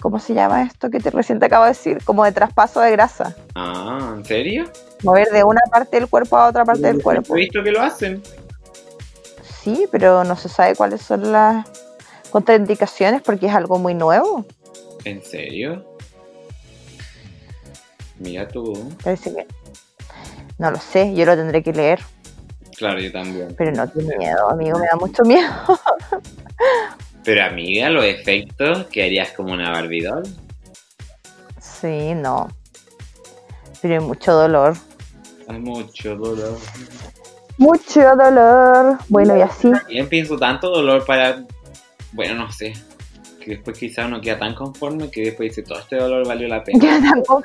¿cómo se llama esto que te recién te acabo de decir? Como de traspaso de grasa,
Ah, ¿en serio?
mover de una parte del cuerpo a otra parte del cuerpo.
He visto que lo hacen.
Sí, pero no se sabe cuáles son las contraindicaciones porque es algo muy nuevo.
¿En serio? Mira tú.
Parece que- no lo sé, yo lo tendré que leer,
Claro, yo también.
pero no, qué miedo, amigo, me da mucho miedo. [LAUGHS]
Pero amiga, los efectos que harías como una barbidol.
Sí, no. Pero hay mucho dolor.
Hay mucho dolor.
Mucho dolor. Bueno, y así.
También pienso tanto dolor para. Bueno, no sé. Que después quizá uno queda tan conforme que después dice todo este dolor valió la
[LAUGHS]
pena.
Yo tampoco.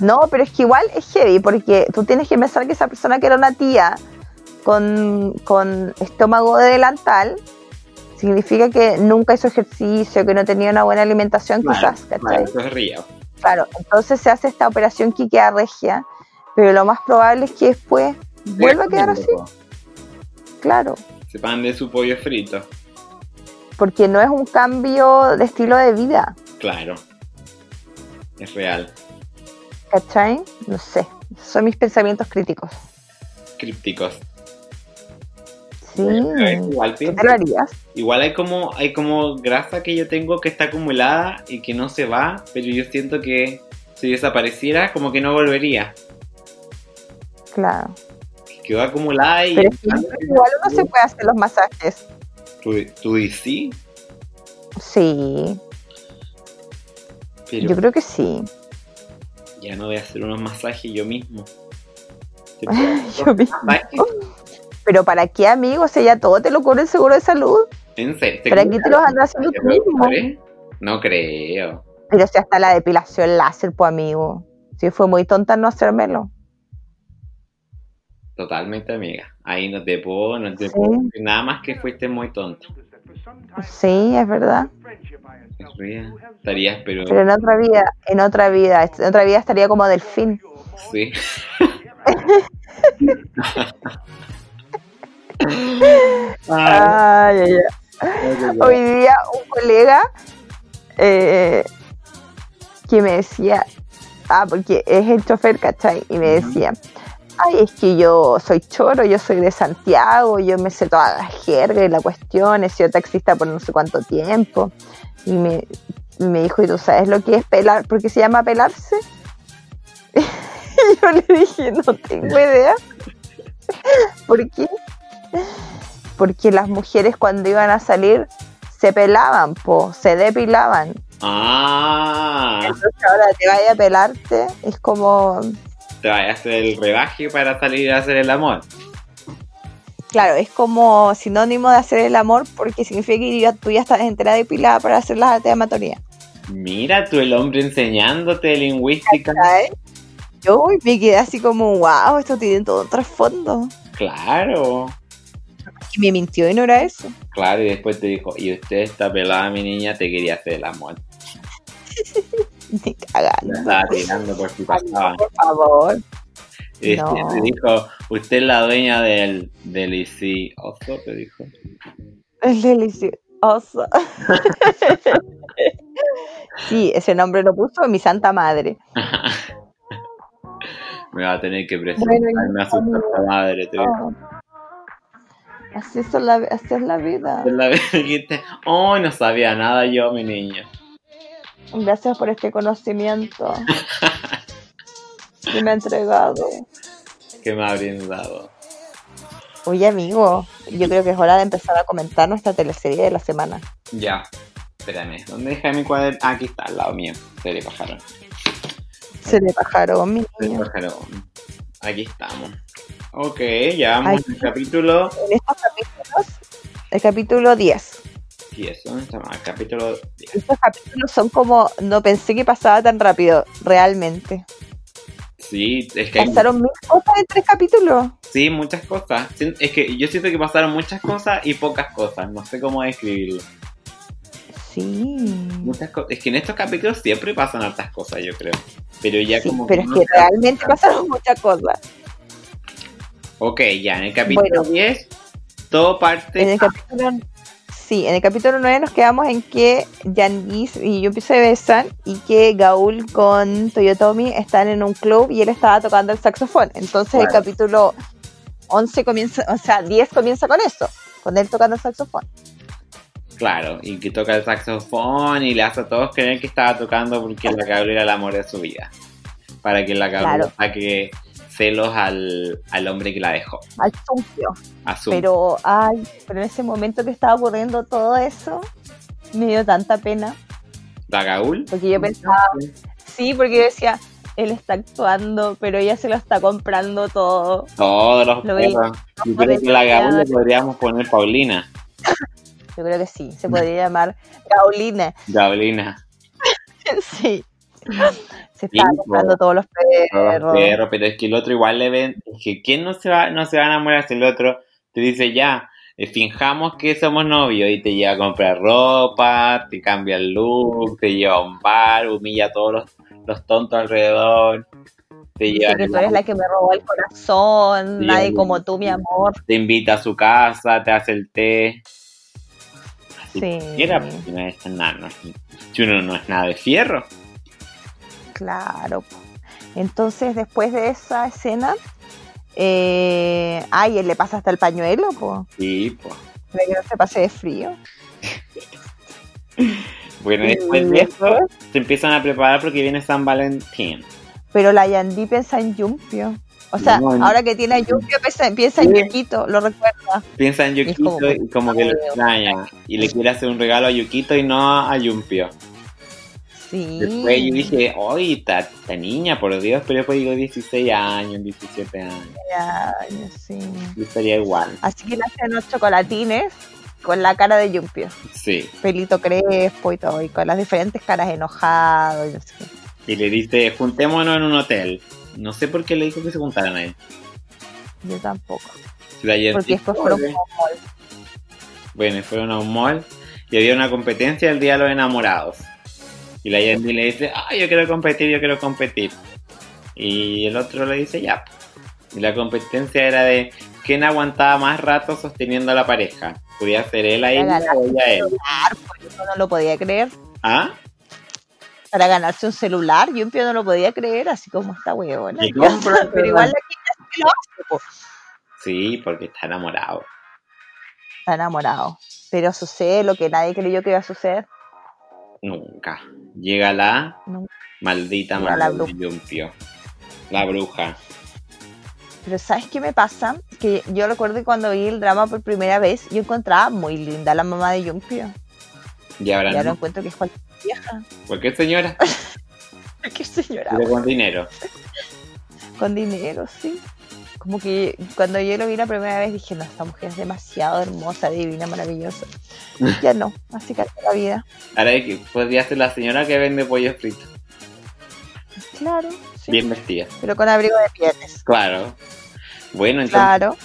No, pero es que igual es heavy, porque tú tienes que pensar que esa persona que era una tía con, con estómago de delantal, significa que nunca hizo ejercicio, que no tenía una buena alimentación,
Claro,
quizás, ¿cachai?
Bueno, eso es río.
Claro, entonces se hace esta operación que queda regia, pero lo más probable es que después vuelva a quedar así, claro,
Se pan de su pollo frito.
porque no es un cambio de estilo de vida,
Claro. Es real.
¿cachai? No sé, son mis pensamientos críticos.
Crípticos.
Sí,
Igual
¿Qué
pienso
te lo harías?
Igual hay como, hay como grasa que yo tengo que está acumulada y que no se va, pero yo siento que si desapareciera, como que no volvería.
Claro.
Que Quedó acumulada y.
Pero es que igual uno se puede hacer los masajes.
Tú, tú y sí,
Sí,
pero
yo creo que sí. [LAUGHS]
ya no voy a hacer unos masajes
[LAUGHS]
yo mismo.
Yo vi-
Masajes,
Pero ¿para qué, amigo? O sea, ya todo te lo cubre el seguro de salud.
en serio,
Pero aquí te los andas haciendo tú mismo.
¿Eh? No creo.
Pero si hasta la depilación láser, pues, amigo. Sí, fue muy tonta no hacérmelo.
Totalmente, amiga. Ahí no te puedo, no te
Sí.
puedo decir nada más que fuiste muy tonta.
Sí, es verdad.
Es real. Estarías, pero.
Pero en otra vida, en otra vida, en otra vida estaría como delfín. [LAUGHS]
Sí. [LAUGHS] Ay,
Ay, ay, ay.
[LAUGHS]
Hoy día un colega eh, que me decía, ah, porque es el chofer, ¿cachai? Y me decía, ay, es que yo soy choro, yo soy de Santiago, yo me sé toda la jerga y la cuestión, he sido taxista por no sé cuánto tiempo. Y me, y me dijo, ¿y tú sabes lo que es pelar? ¿Por qué se llama pelarse? [LAUGHS] Y yo le dije, no tengo idea. [LAUGHS] ¿Por qué? Porque las mujeres cuando iban a salir se pelaban, po, se depilaban.
Ah,
Entonces ahora te vaya a pelarte, es como,
te vas a hacer el rebaje para salir a hacer el amor.
claro, es como sinónimo de hacer el amor porque significa que ya- tú ya estás entera depilada para hacer las artes de amatoría.
Mira tú el hombre enseñándote lingüística.
¿Sabes? Yo uy, me quedé así como, wow, esto tiene todo un trasfondo.
Claro,
Y me mintió y no era eso. [LAUGHS]
claro, y después te dijo, y usted está pelada, mi niña, te quería hacer el amor.
Ni cagando.
La estaba tirando por
[LAUGHS]
si pasaba.
Por favor.
Y este
No.
te dijo, usted es la dueña del, del IC Oso, te dijo.
Es delicioso. [LAUGHS] sí, ese nombre lo puso mi santa madre.
Me va a tener que
Bueno,
presentarme a su
amigo.
puta madre, te dijo.
Oh. Así, es la, así es la vida.
Es [LAUGHS] la vez que dijiste, oh, no sabía nada yo, mi niña. [LAUGHS]
Gracias por este conocimiento que me ha entregado.
que me habrían dado.
Oye, amigo, yo creo que es hora de empezar a comentar nuestra teleserie de la semana.
Ya, espérame, ¿dónde dejé mi cuaderno? Ah, aquí está, al lado mío, serie pájaro.
Se le bajaron, mi niño.
Pájaro. Aquí estamos. Ok, ya vamos
Ay.
al capítulo
En estos capítulos, el capítulo 10.
10, ¿dónde estamos? Al capítulo 10.
Estos capítulos son como, no pensé que pasaba tan rápido, realmente.
Sí, es que hay
Pasaron mil cosas en tres capítulos.
sí, muchas cosas. Sien- Es que yo siento que pasaron muchas cosas y pocas cosas, no sé cómo describirlo.
Sí.
Muchas co- es que en estos capítulos siempre pasan hartas cosas, yo creo. Pero ya
Sí,
como...
pero es
no
que
se-
realmente pasaron muchas cosas.
Ok, ya, en el capítulo
Bueno.
10 todo parte...
En el capítulo, sí, en el capítulo 9 nos quedamos en que Yanis y Yupi se besan y que Gaul con Toyotomi están en un club y él estaba tocando el saxofón. Entonces
Claro.
el capítulo 11 comienza, o sea, 10 comienza con eso, con él tocando el saxofón.
Claro, y que toca el saxofón y le hace a todos creer que estaba tocando porque la Gabriela era el amor de su vida. Para que la Gabriela
Claro.
saque celos al, al hombre que la dejó.
Al sumpio.
A su-
Pero, ay, pero en ese momento que estaba ocurriendo todo eso, me dio tanta pena.
¿La Gaul?
Porque yo pensaba, sí, porque yo decía, él está actuando, pero ella se lo está comprando todo.
Todos los
Lo veía.
perros. Yo creo que la Gaul le podríamos poner Paulina.
Yo creo que sí, se podría llamar Gaulina. [LAUGHS]
Gaulina.
Sí. Se estaba
Sí, pues.
comprando todos los
Perro.
perros.
pero es que el otro igual le ven. Es que ¿quién no se va, no se va a enamorar si el otro te dice ya? eh, Finjamos que somos novios y te lleva a comprar ropa, te cambia el look, te lleva a un bar, humilla a todos los, los tontos alrededor, te lleva
Dice que tú eres la que me robó el corazón,
Sí,
nadie
algo.
como tú, mi amor.
te invita a su casa, te hace el té. Así
Sí.
que Era, porque no es nada, no es- si uno no es nada de fierro.
Claro. po. Entonces, después de esa escena, eh, ay, él le pasa hasta el pañuelo, pues,
Sí, pues.
para que no se pase de frío.
Bueno,
Y
después de eso, se empiezan a preparar porque viene San Valentín.
Pero la Yandy piensa en Yumpio. O sea,
No, en-
ahora que tiene a Yumpio, piensa, piensa en
Sí.
Yuquito, lo recuerda.
Piensa en Yukito
como-
y como que lo extraña. Y le quiere hacer un regalo a Yukito y no a Yumpio.
Sí.
Después yo dije, oye, esta, esta niña, por Dios, pero después digo 16 años, 17 años.
Ay, sí.
Yo estaría igual.
Así que le hacen los chocolatines con la cara de Yumpio,
Sí.
pelito crespo y todo, y con las diferentes caras enojado y no sé qué.
Y le dice, juntémonos en un hotel. No sé por qué le dijo que se juntaran ahí.
Yo tampoco.
Si la Jessie-
Porque después fueron como mol.
Bueno, y fueron a un mall y había una competencia el Día de los Enamorados. Y la Yandy le dice, ah, yo quiero competir, yo quiero competir. Y el otro le dice, ya. Y la competencia era de quién aguantaba más rato sosteniendo a la pareja. Podía ser él a ella
ganar.
o ella a él.
celular, pues, yo no lo podía creer.
¿Ah?
Para ganarse un celular, Yumpio no lo podía creer, así como esta huevona.
Y compro el
[LAUGHS] Pero igual la quita sí lo hace, po.
Sí, porque está enamorado.
Está enamorado. Pero sucede lo que nadie creyó que iba a suceder.
Nunca. Llega la
Nunca.
maldita
Llega la
madre
bruja.
de Yumpio. La bruja.
Pero ¿sabes qué me pasa? Que yo recuerdo que cuando vi el drama por primera vez, yo encontraba muy linda la mamá de Yumpio.
Y ahora
Y ahora
no.
encuentro que es cualquier vieja. [LAUGHS]
Cualquier señora,
Qué señora.
pero con dinero.
Con dinero, sí. Como que cuando yo lo vi la primera vez dije, no, esta mujer es demasiado hermosa, divina,
[LAUGHS]
maravillosa. Ya no, así que la vida.
Ahora es que podría ser la señora que vende pollo frito.
Claro, sí.
Bien vestida.
Pero con abrigo de pieles.
Claro. Bueno, entonces,
Claro.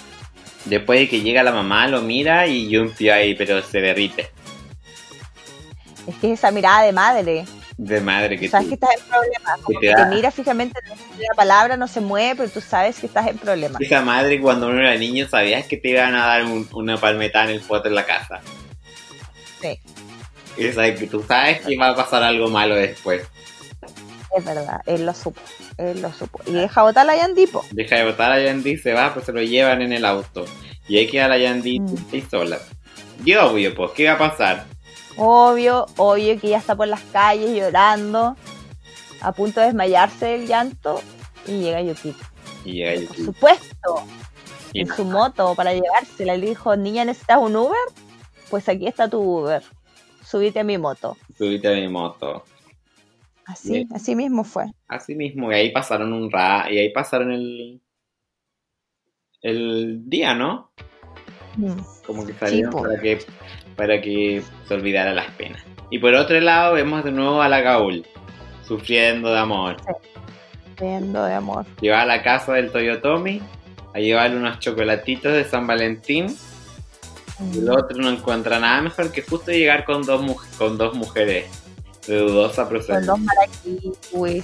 después de que llega la mamá, lo mira y Yumpio ahí, pero se derrite.
Es que es esa mirada de madre.
De madre que
sabes que
tú.
estás en problemas. Como
que
que
te
te
da-
mira fijamente, no dice la palabra no se mueve, pero tú sabes que estás en problemas.
Esa madre, cuando uno era niño, sabías que te iban a dar un- una palmetada en el poto en la casa.
Sí.
Esa es que tú sabes que va a pasar algo malo después.
Es verdad, él lo supo. Él lo supo. Y deja botar la Yandipo.
Deja de botar a Yandy, se va, pues se lo llevan en el auto. Y ahí queda la Yandy
Mm.
triste y sola. Y obvio, pues, ¿qué va a pasar?
Obvio, obvio que ya está por las calles llorando, a punto de desmayarse del llanto, y llega Yukito.
Y llega
Por
YouTube.
supuesto,
Y
en su moto para llevársela. Le dijo, niña, ¿necesitas un Uber? Pues aquí está tu Uber. Subite a mi moto.
subite a mi moto.
Así,
Bien.
así mismo fue.
Así mismo, y ahí pasaron un ra, y ahí pasaron el, el día, ¿no?
Mm.
Como que salieron
po.
para que, para que se olvidara las penas. Y por otro lado vemos de nuevo a la Gaul, sufriendo de amor.
Viendo de amor.
Lleva a la casa del Toyotomi a llevarle unos chocolatitos de San Valentín. Y
Mm.
el otro no encuentra nada mejor que justo llegar con dos, mu- con dos mujeres de dudosa
Con
procedencia.
dos maraquíes.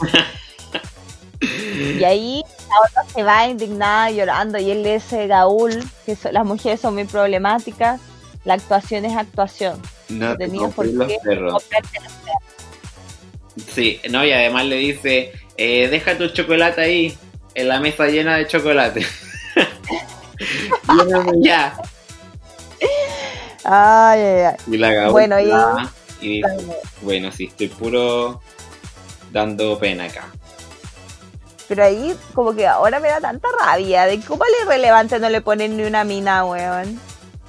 y ahí la otra se va indignada, llorando, y él le dice, Gaúl, que so- las mujeres son muy problemáticas, la actuación es actuación.
No te
Tenía por
compré los
qué
perros.
Comprarte las
Sí, no, y además le dice, eh, deja tu chocolate ahí, en la mesa llena de chocolate. [LAUGHS] Llévame ya.
Ay, ay, ay.
Y la Gaúl
Bueno, y-
va y dice, bueno, sí, estoy puro dando pena acá.
Pero ahí, como que ahora me da tanta rabia. De cómo al irrelevante no le ponen ni una mina, weón.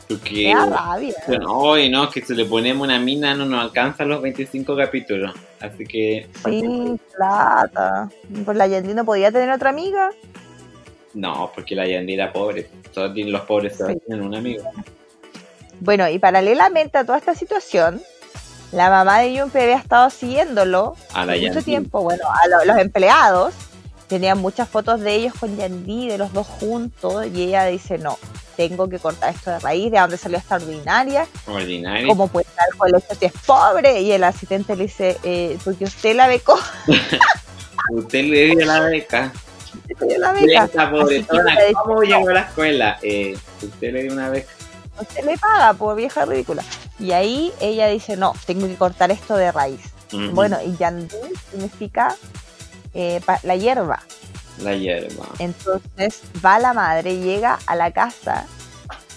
Porque,
Me da rabia.
hoy no, que si le ponemos una mina no nos alcanzan los 25 capítulos. Así que,
Sí, plata. Pues la Yandy no podía tener otra amiga.
no, porque la Yandy era pobre. Todos tienen- los pobres todos
Sí.
tienen un amigo.
Bueno, y paralelamente a toda esta situación, la mamá de Junpei había estado siguiéndolo
A la
por mucho
Yandy.
tiempo. Bueno, a lo- los empleados tenían muchas fotos de ellos con Yandy, de los dos juntos, y ella dice, no, tengo que cortar esto de raíz, de dónde salió esta ordinaria,
Ordinaria.
cómo puede estar con esto si es pobre, y el asistente le dice, eh, porque usted la becó, [LAUGHS]
Usted le dio la beca.
yo la beca,
Esta
Así
pobretona,
que le
¿cómo
dice,
llegó a la escuela? Eh, usted le dio una beca.
usted le paga, por vieja ridícula. Y ahí ella dice, no, tengo que cortar esto de raíz.
Ujú,
Bueno, y yandú significa eh, pa- la hierba.
La hierba.
Entonces va la madre, llega a la casa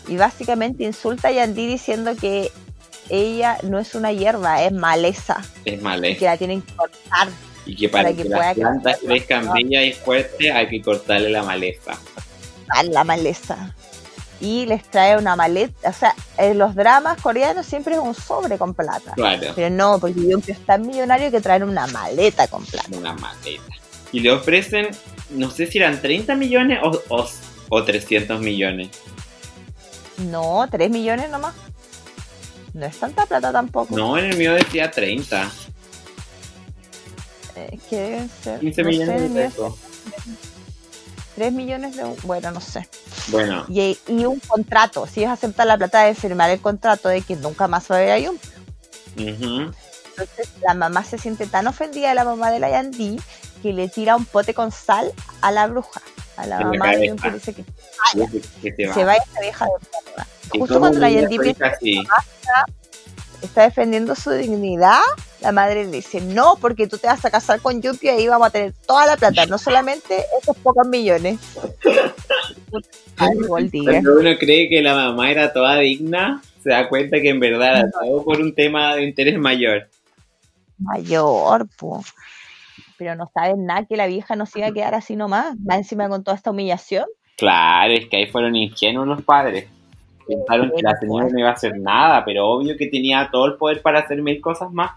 y básicamente insulta a Yandí diciendo que ella no es una hierba, es maleza,
Es mala.
que la tienen que cortar.
Y que para,
para
que,
que
las
pueda
plantas
crecer,
crezcan
¿no?
bellas y fuertes hay que cortarle la maleza.
a la maleza. Y les trae una maleta. O sea, en los dramas coreanos siempre es un sobre con plata.
Claro,
Pero no, porque yo es tan millonario que traen una maleta con plata.
una maleta. Y le ofrecen, no sé si eran 30 millones o, o, o 300 millones.
No, 3 millones nomás. No es tanta plata tampoco.
No, en el mío decía 30.
Eh, que deben ser,
15
no sé,
millones de
deben
pesos.
3 millones de... Bueno, no sé.
Bueno,
Y, y un contrato. Si ellos aceptan la plata, de firmar el contrato de que nunca más va a haber ayuno.
ujú,
Entonces la mamá se siente tan ofendida de la mamá de la Yandy que le tira un pote con sal a la bruja. A la
En la
mamá de Ayun
cabeza.
que dice que
que te va.
se vaya esta vieja de mierda.
Y
Justo
cómo
cuando la
vivía
Yandy
feliz así.
está defendiendo su dignidad, la madre le dice, no, porque tú te vas a casar con Yupi y ahí vamos a tener toda la plata, no solamente estos pocos millones. Puta, ay, Gold digger.
Cuando uno cree que la mamá era toda digna, se da cuenta que en verdad era todo por un tema de interés mayor.
mayor, po. Pero no saben nada que la vieja no se iba a quedar así nomás, más encima con toda esta humillación.
Claro, es que ahí fueron ingenuos los padres. Pensaron que la señora no iba a hacer nada, pero obvio que tenía todo el poder para hacer mil cosas más.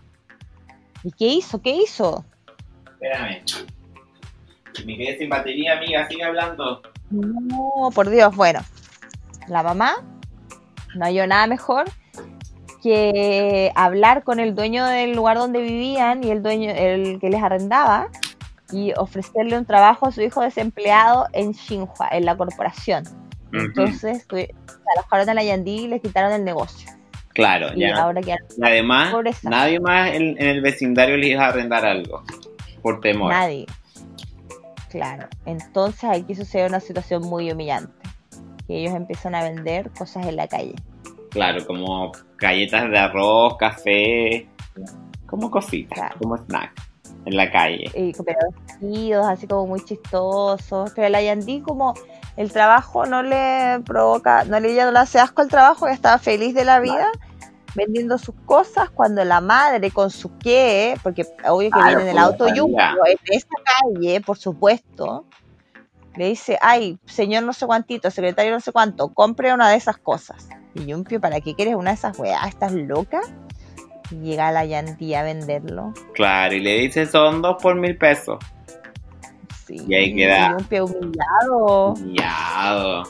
¿Y qué hizo? ¿Qué hizo?
Espérame. Me quedé sin batería, amiga, sigue hablando.
No, por Dios, bueno. La mamá no halló nada mejor que hablar con el dueño del lugar donde vivían y el dueño, el que les arrendaba, y ofrecerle un trabajo a su hijo desempleado en Xinhua, en la corporación. Entonces, tuvi- se alojaron a la Yandí y les quitaron el negocio.
Claro,
Y
ya.
ahora quedaron
Y además,
Pobreza.
nadie más en, en el vecindario les iba a arrendar algo. Por temor.
Nadie. Claro. Entonces aquí sucede una situación muy humillante. Que ellos empiezan a vender cosas en la calle.
Claro, como galletas de arroz, café, como cositas,
Claro.
como snack en la calle.
Y con pero vestidos eh, así como muy chistosos. Pero la Yandí como el trabajo no le provoca, no le, ella no le hace asco al trabajo, ya estaba feliz de la vida vendiendo sus cosas cuando la madre con su qué, porque obvio que
Claro,
viene en el
como
auto
sabía.
Jumbo, en esa calle, por supuesto, le dice, ay, señor no sé cuántito, secretario no sé cuánto, compre una de esas cosas. Y Yumpio, ¿para qué quieres una de esas weas? ¿Estás loca? Y llega la Yanti a venderlo.
Claro, y le dice, son dos por mil pesos.
Sí.
Y ahí queda.
Yumpio humillado.
Miado.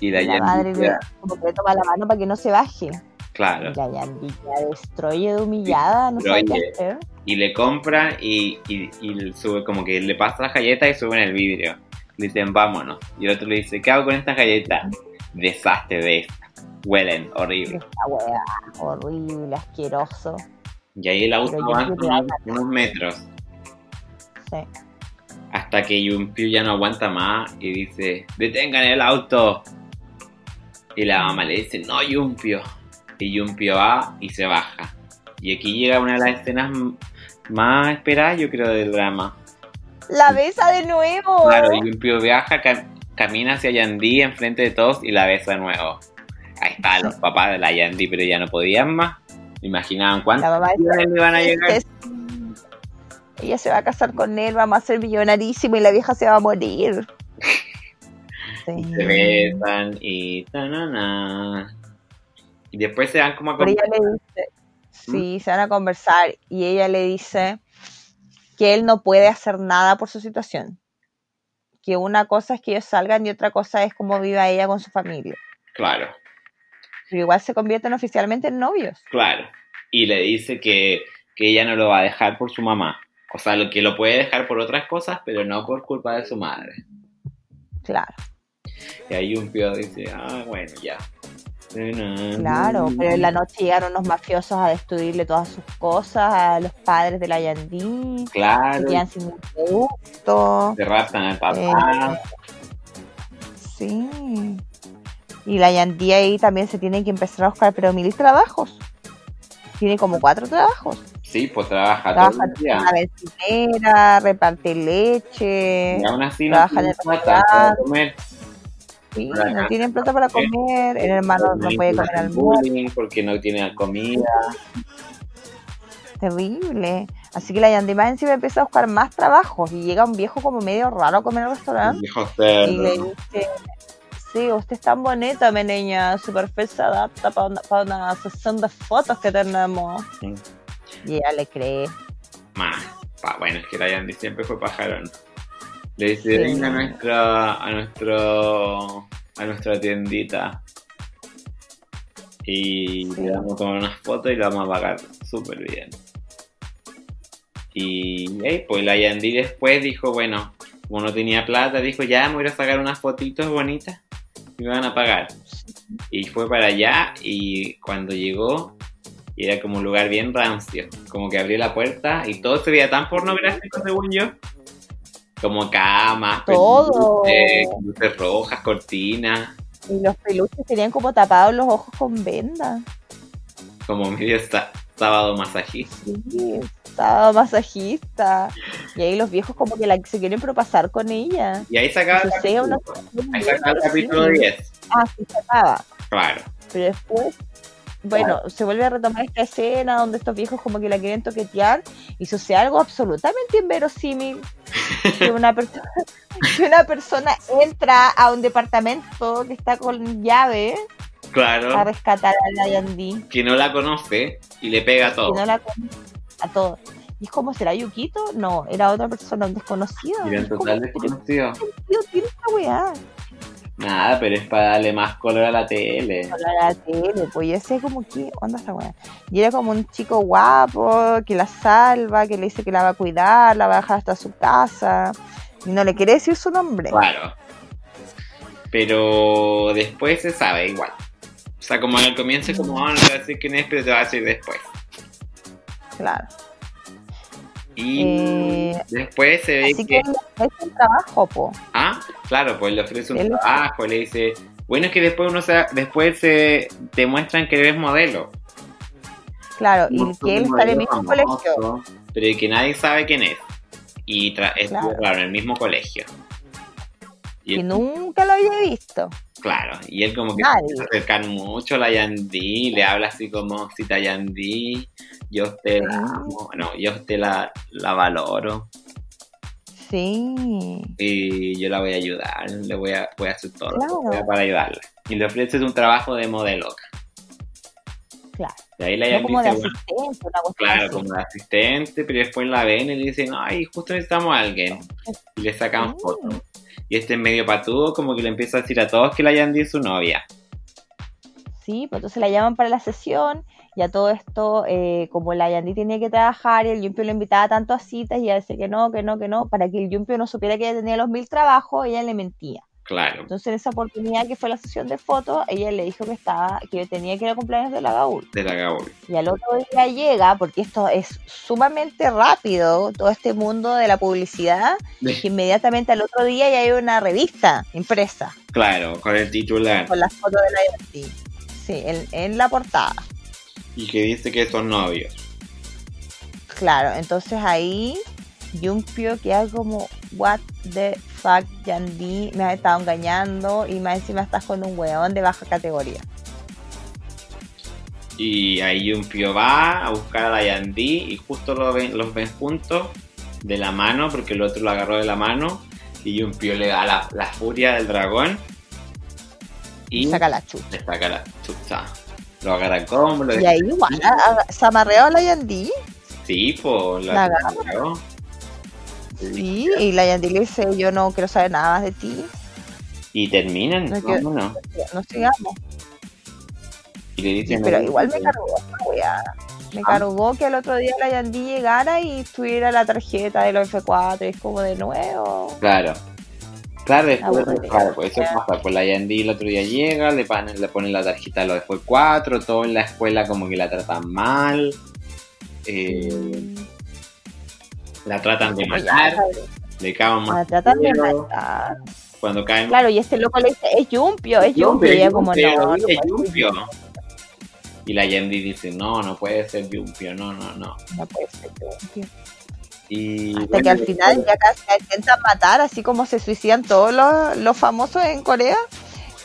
Y la,
La
Yandy
madre
queda-
le- como que le toma la mano para que no se baje.
Claro.
Y la Yanti queda destruye de humillada, no sabe qué
Destruye.
hacer.
Y le compra y, y, y sube, como que le pasa las galletas y suben el vidrio. Le dicen, vámonos. Y el otro le dice, ¿qué hago con estas galletas? Desastre de estas. Huelen horrible.
Esta wea, horrible, asqueroso.
Y ahí el auto
Pero yo
avanza
creo que va a
unos, unos metros
Sí.
hasta que Yumpyu ya no aguanta más y dice, detengan el auto. Y la mamá le dice, no Yumpio. Y Yumpio va y se baja. Y aquí llega una de las escenas m- más esperadas, yo creo, del drama.
La besa de nuevo.
Claro, Yumpio viaja, ca- camina hacia Yandy enfrente de todos y la besa de nuevo. Ahí están los papás de la Yandy, pero ya no podían más. Imaginaban
La
cuántos
mamá dice,
le van a llegar.
"Este es- Ella se va a casar con él, vamos a ser millonarísimo y la vieja se va a
[LAUGHS]
morir. Sí.
se besan y tanana. Y después se dan como a
Pero
comer.
ella le dice, sí, se van a conversar y ella le dice que él no puede hacer nada por su situación. Que una cosa es que ellos salgan y otra cosa es cómo viva ella con su familia.
Claro,
Pero igual se convierten oficialmente en novios.
claro. Y le dice que, que ella no lo va a dejar por su mamá. O sea, lo que lo puede dejar por otras cosas, pero no por culpa de su madre.
Claro,
Y ahí un pío dice, ah, bueno, ya.
claro. Pero en la noche llegaron los mafiosos a destruirle todas sus cosas a los padres de la Yandí. Se
Claro,
quedan sin un producto.
se raptan al papá.
Eh, Sí. Y la Yandí ahí también se tiene que empezar a buscar, pero mil trabajos. Tiene como cuatro trabajos.
Sí, pues trabaja,
Trabaja
todo el día.
en la bencinera, reparte leche.
Y aún así no
trabaja en el
tiene plata para
restaurante.
comer.
Sí,
la
no
casa,
tiene plata para
porque
comer. El hermano no puede comer
al
almuerzo.
bullying porque no tiene comida.
Terrible. Así que la Yandí más encima empieza a buscar más trabajos. Y llega un viejo como medio raro a comer al restaurante.
Dijo
Y le
cerdo.
dice, sí, usted es tan bonita, mi niña, super fe se adapta para una, pa' una sesión de fotos que tenemos.
Sí.
Y ella le cree.
Más. Pa, bueno, es que la Yandy siempre fue pajarón. Le dice,
Sí.
venga a nuestra, a nuestro, a nuestra tiendita. Y
Sí.
le vamos a tomar unas fotos y la vamos a pagar súper bien. Y ahí, pues la Yandy después dijo, bueno, como no tenía plata, dijo, ya me voy a ir a sacar unas fotitos bonitas y me van a pagar. Y fue para allá y cuando llegó y era como un lugar bien rancio. Como que abrió la puerta y todo se veía tan pornográfico, según yo. Como camas,
Todo.
peluches, luces rojas, cortinas,
Y los peluches tenían como tapados los ojos con venda.
como medio sa- sábado masajista.
Sí, estaba masajista. Y ahí los viejos como que la, se quieren propasar con ella.
Y ahí se acaba el
Eso sea
capítulo.
una-
Ahí se acaba el capítulo 10.
Ah, sí, se acaba.
Claro,
Pero después, bueno, se vuelve a retomar esta escena donde estos viejos como que la quieren toquetear y sucede algo absolutamente inverosímil. Que una, persona, [LAUGHS] que una persona entra a un departamento que está con llave a
claro.
rescatar a la Yandy,
Que no la conoce y le pega
que
todo.
no la conoce a todos. Y es como, ¿será Yukito? No, era otra persona desconocida.
Y en
Es como,
total
¿pero
desconocido.
qué sentido tiene esta weá?
Nada, pero es para darle más color a la tele.
hablar a la tele, pues yo decía como, ¿qué onda esta weá? Y era como un chico guapo que la salva, que le dice que la va a cuidar, la va a dejar hasta su casa, y no le quiere decir su nombre.
Claro. Pero después se sabe igual. O sea, como al comienzo es como, ah, no te voy a decir quién es, pero te va a decir después.
Claro.
Y
Eh,
después se ve
Así que
que,
él le ofrece un trabajo, po.
ah, claro, pues le ofrece un
Él-
trabajo, le dice, bueno, es que después uno se, después se te muestran que eres modelo.
Claro,
No,
y
sos
que él
un
está en el
modelo
mismo
famoso,
colegio.
Pero que nadie sabe quién es. Y tra estuvo,
Claro.
claro, en el mismo colegio. Y
Que
él-
nunca lo había visto.
Claro, y él como que
Nadie.
se acercan mucho a la Yandy, le habla así como, cita
Ah.
Yandy, yo te la amo, no, yo te la, la valoro.
Sí.
y yo la voy a ayudar, le voy a, voy a hacer todo lo que
Claro.
pueda para ayudarla. Y le ofreces un trabajo de modelo.
Claro.
De ahí la
No
Jan
como de
dice, bueno,
asistente, una cuestión
claro,
así.
como de asistente, pero después la ven y le dicen, ay, justo necesitamos a alguien. Y le sacan
Mm.
fotos. Y este medio patudo como que le empieza a decir a todos que la Yandy es su novia.
Sí, pues entonces la llaman para la sesión y a todo esto, eh, como la Yandy tenía que trabajar y el Yumpio lo invitaba tanto a citas y ella decía que no, que no, que no, para que el Yumpio no supiera que ella tenía los mil trabajos, ella le mentía.
Claro,
Entonces en esa oportunidad que fue la sesión de fotos, ella le dijo que estaba, que tenía que ir a cumpleaños de la Gaúl.
de la Gaul.
Y al otro día llega, porque esto es sumamente rápido, todo este mundo de la publicidad, que inmediatamente al otro día ya hay una revista impresa
Claro, con el titular.
con las fotos de la Yandy. Sí, en- en la portada.
Y que dice que son novios.
Claro, entonces ahí Yumpio queda como, what the fuck, Yandy, me has estado engañando y más encima estás con un weón de baja categoría.
Y ahí un pio va a buscar a la Yandy y justo lo ven- los ven juntos de la mano porque el otro lo agarró de la mano y un pio le da la, la furia del dragón y
Y saca la chucha.
le saca la chucha. Lo agarra como, lo
Y ahí igual, a- a- se amarreó a la Yandy,
Sí, pues
La
la
agarra.
agarró.
sí, y la Yandy le dice, yo no quiero saber nada más de ti,
Y terminan,
No, que-
vámonos.
no sigamos.
Y le dicen,
Pero
"Oye,
igual me Ah.
eh,
cargó esta weá. Me cargó que al otro día la Yandy llegara y tuviera la tarjeta de los F4 y es como de nuevo.
Claro. Claro, después,
Aburrido.
claro, pues eso
Ya.
pasa. Pues la Yandy el otro día llega, le ponen, le ponen la tarjeta a los después cuatro, todo en la escuela como que la tratan mal, eh, la tratan de matar, le cagan
Mm, A
más.
tratar de
Pero-
matar.
Cuando caen
Claro, y este loco le dice, es Yumpio, es Yumpio. Y ella como, no,
Yumpio,
no pues,
es
puede-
Yumpio. Y la Yandy dice, no, no puede ser Yumpio, no, no, no.
no puede ser Yumpio.
Y
Hasta
bueno,
que al final ya casi la intentan matar, así como se suicidan todos los, los famosos en Corea.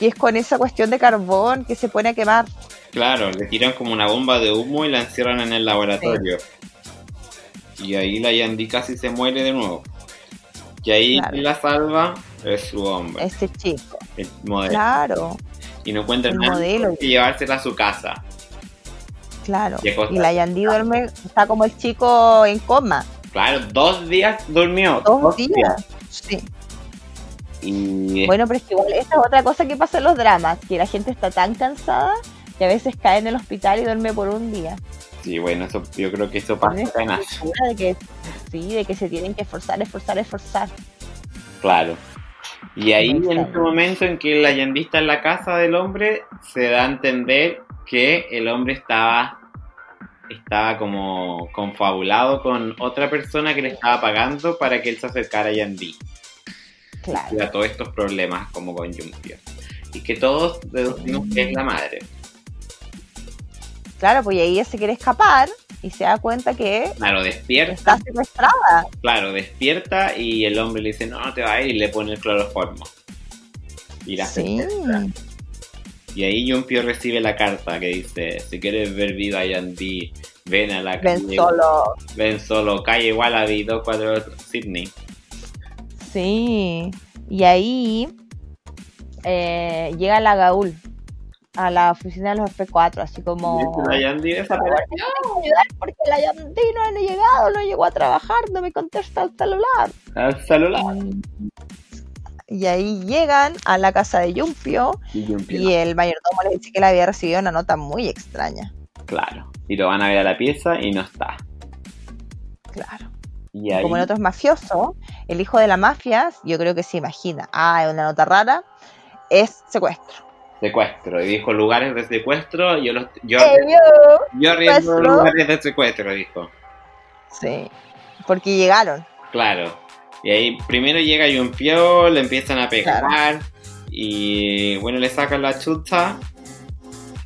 Y es con esa cuestión de carbón que se pone a quemar.
Claro, le tiran como una bomba de humo y la encierran en el laboratorio. Y ahí la Yandy casi se muere de nuevo. Y ahí
Claro.
quien la salva es su hombre,
Este chico,
el modelo.
claro,
Y no encuentra
el
nada
modelo.
que llevársela a su casa.
claro.
Qué cosa.
Y la Yandy duerme, está como el chico en coma,
Claro, dos días durmió.
dos días. Sí.
Y
Bueno, pero es que igual esa es otra cosa que pasa en los dramas, que la gente está tan cansada que a veces cae en el hospital y duerme por un día.
sí, bueno, eso, yo creo que eso pasa
Tienen
en
esa
Asia.
cultura de que sí, de que se tienen que esforzar, esforzar, esforzar.
Claro. Y ahí
Muy
en
extraño.
este momento en que la Yandy está en la casa del hombre, se da a entender que el hombre estaba, estaba como confabulado con otra persona que le estaba pagando para que él se acercara a Yandy.
Claro.
Y a todos estos problemas como conjuntivos. Y que todos deducimos que es la madre.
Claro, pues y ahí ella se quiere escapar y se da cuenta que
Claro, despierta,
está secuestrada.
claro, despierta y el hombre le dice, no, no te va a ir y le pone el cloroformo. Y la
Sí.
Y ahí Jumpio recibe la carta que dice, si quieres ver viva a Yandy, ven a la
Ven
calle,
solo.
ven solo, calle Wallaby, dos cuadros Sydney.
Sí. Y ahí eh, llega la Gaúl a la oficina de los F4, así como...
Y La Yandy
"Por favor,
desaparece.
déjame ayudar porque la Yandy no ha llegado, no llegó a trabajar, no me contesta el celular.
al celular.
Y ahí llegan a la casa de Yumpio
Y Yumpio,
Y el mayordomo le dice que le había recibido una nota muy extraña.
claro. Y lo van a ver a la pieza y no está.
Claro.
Y ahí,
Como el otro es mafioso, el hijo de la mafia, yo creo que se imagina, ah, es una nota rara, es secuestro.
secuestro. Y dijo, lugares de secuestro, yo los... Yo,
¡Ey, yo!
yo arriendo
secuestro.
lugares de secuestro, dijo.
Sí, porque llegaron.
Claro. Y ahí primero llega Jumpio, le empiezan a pegar. Y bueno, le sacan la chuta.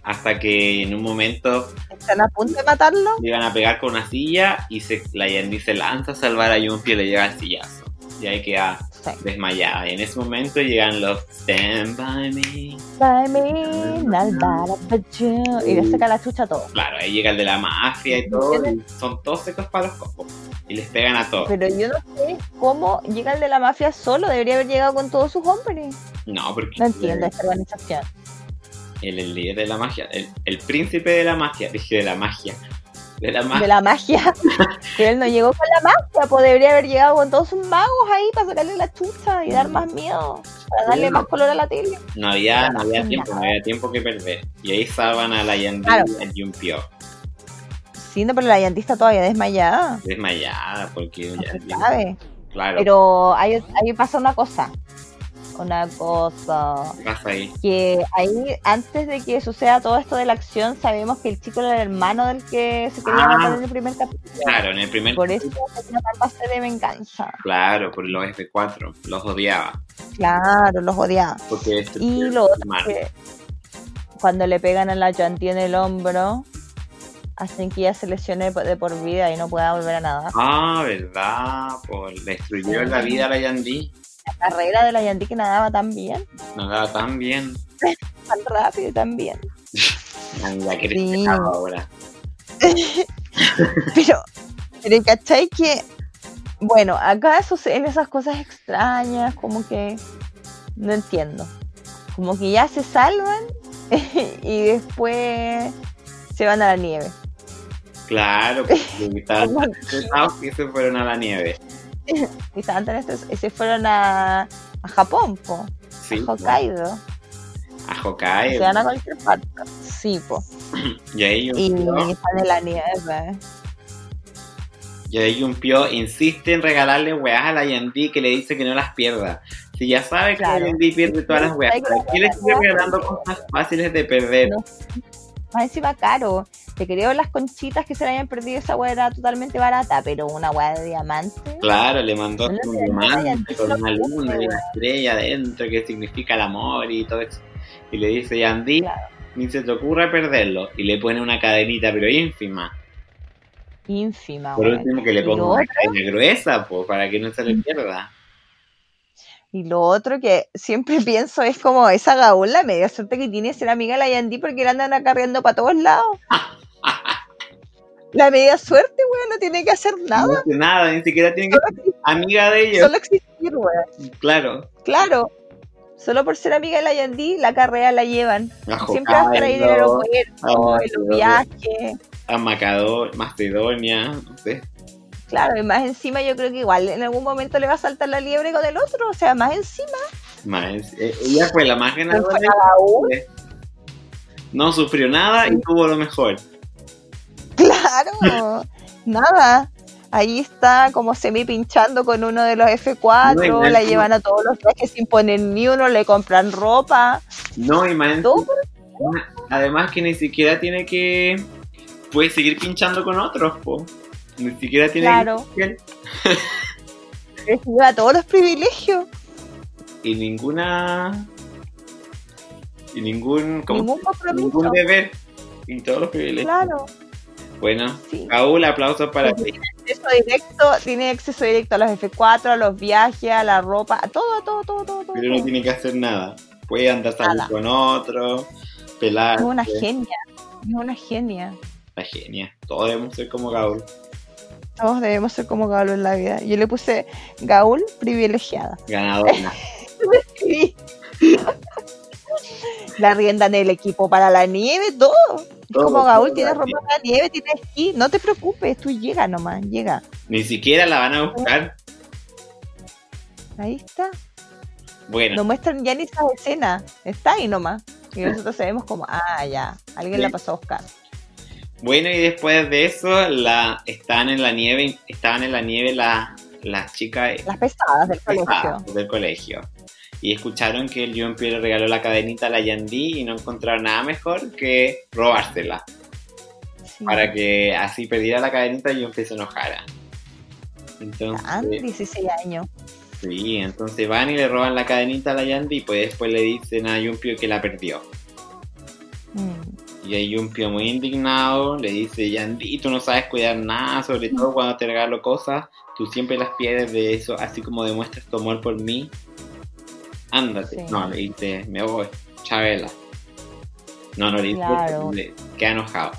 Hasta que en un momento
Están a punto de matarlo.
le van a pegar con una silla y se, la Yandy se lanza a salvar a Yumpio y le llega el sillazo. Y ahí queda
Sí.
desmayada. Y en ese momento llegan los Stand By Me.
By me, not bad about you. Y le saca la chucha a todo.
Claro, ahí llega el de la mafia y todo. y son todos secos para los copos. Y les pegan a todos.
Pero yo no sé cómo llega el de la mafia solo, debería haber llegado con todos sus hombres.
No, porque
No entiendo esta organización.
el, el líder de la magia, el, el príncipe de la magia, dije de la magia, de la magia.
De la magia. Pero él no llegó con la magia, pues debería haber llegado con todos sus magos ahí para sacarle la chucha y dar más miedo, para darle más color a la tele.
No había, no había
Nada.
tiempo, no había tiempo que perder. Y ahí salvan a la Yandy
Claro.
y a Yumpio,
Sí, no, pero la llantista todavía desmayada.
desmayada, porque
No se
Yandy-
sabe.
claro,
Pero ahí, ahí pasa una cosa. Una cosa.
¿qué pasa ahí?
Que ahí, antes de que suceda todo esto de la acción, sabemos que el chico era el hermano del que se quería
Ah.
matar en el primer capítulo.
Claro, en el primer
Por eso tenía tanta sed de venganza.
claro, por los F4, los odiaba,
Claro, los odiaba.
porque
Y
destruyeron
lo
su
otro
mano.
que cuando le pegan a la Yanti en el hombro, hacen que ella se lesione de por vida y no pueda volver a nada.
Ah, verdad, pues destruyó la vida a la Yandy,
La carrera de la Yanti que nadaba tan bien,
daba tan bien.
tan rápido y tan bien.
La que
Sí.
ahora.
Pero, pero ¿cachai que? Bueno, acá suceden esas cosas extrañas, como que no entiendo. Como que ya se salvan [LAUGHS] y después se van a la nieve. [LAUGHS]
Claro, porque estaban
Como
tan estresados que se fueron a la nieve.
que estaban tan estresados y se fueron a, a Japón, po,
Sí,
a Hokkaido.
A Hokkaido.
Se van a cualquier parte. Sí, po.
Y ahí
Y
Yumpio-
están en la nieve.
Y ahí Yumpio insiste en regalarle weas a la Yandy que le dice que no las pierda. Si ya sabe que
Claro.
la Yandy pierde todas las weas, ¿para qué le sigue regalando cosas fáciles de perder?
No. Más encima caro. Te creo las conchitas que se le habían perdido. Esa hueá era totalmente barata, pero una hueá de diamante.
Claro, le mandó
No le
un
regaló a la Yandy
diamante con
las
una luna y
cosas,
una estrella adentro que significa el amor y todo eso. Y le dice, Yandy,
Claro.
ni se te ocurra perderlo. Y le pone una cadenita, pero ínfima.
Ínfima,
Por
hueá.
último, que le
Y
ponga
lo
una
otro- Mm.
cadena gruesa, po, para que no se le pierda.
Y lo otro que siempre [LAUGHS] pienso es como esa gaula, medio suerte que tiene ser amiga de la Yandy porque la andan acarreando para todos lados. La media suerte, weón, no tiene que hacer
No
nada,
hace nada, ni siquiera tiene que ser amiga de ellos.
solo existir, weón.
Claro.
Claro, solo por ser amiga de la Yandy, la carrera la llevan.
A
Siempre va a estar ahí en el
Hokkaido,
aeropuerto,
Ay,
en los
Dios.
viajes.
a Macado- Macedonia, no sé.
Claro, y más encima yo creo que igual en algún momento le va a saltar la liebre con el otro, o sea, más encima.
Más- eh, Ella fue la más
Fue
ganadora,
para la U, [LAUGHS]
no sufrió nada y tuvo lo mejor.
Claro, nada. Ahí está como semi pinchando con uno de los F4,
No, y
la
más-
llevan a todos los viajes sin poner ni uno, le compran ropa,
No, y más-
todo
además que ni siquiera tiene que. Puede seguir pinchando con otros, po. Ni siquiera tiene
claro.
que.
Pero se lleva todos los privilegios,
Y ninguna. Y ningún. ¿cómo?
ningún compromiso.
Ningún deber. Y todos los privilegios.
Claro,
Bueno,
sí.
Raúl, aplausos para ti.
acceso directo, tiene acceso directo a los F4, a los viajes, a la ropa, a todo, todo, todo, todo. todo.
Pero no tiene que hacer nada. Puede andar saliendo
Nada.
con otro, pelar.
Es una genia, es una genia.
La genia. Todos debemos ser como Gaul.
Todos debemos ser como Gaul en la vida. Yo le puse Gaul privilegiada. [LAUGHS]
Ganadora.
Sí. la rienda en el equipo para la nieve, todo. Es
Todo,
como Gaul,
todo,
tienes
la
ropa para la nieve, tienes esquí. No te preocupes, tú llega nomás, llega.
Ni siquiera la van a buscar.
Ahí está.
Bueno,
No muestran ya ni esa escena. Está ahí nomás. Y nosotros sabemos como, ah, ya, alguien la pasó a buscar.
bueno y después de eso, la, estaban en la nieve, estaban en la nieve la- las chicas
Las pesadas del colegio.
pesadas del colegio. Y escucharon que el Jumpy le regaló la cadenita a la Yandy y no encontraron nada mejor que robársela.
Sí.
para que así perdiera la cadenita y yo empecé a enojar.
Ah,
Entonces,
16 años.
sí, entonces van y le roban la cadenita a la Yandy y pues después le dicen a Yumpio que la perdió.
Mm.
Y ahí Yumpio muy indignado le dice, Yandy, tú no sabes cuidar nada, sobre todo cuando te regalo cosas, tú siempre las pierdes de eso, así como demuestras tu amor por mí. Ándate.
Sí.
No, le dice, me voy, Chabela. No, no le dice,
Claro.
le- queda enojado.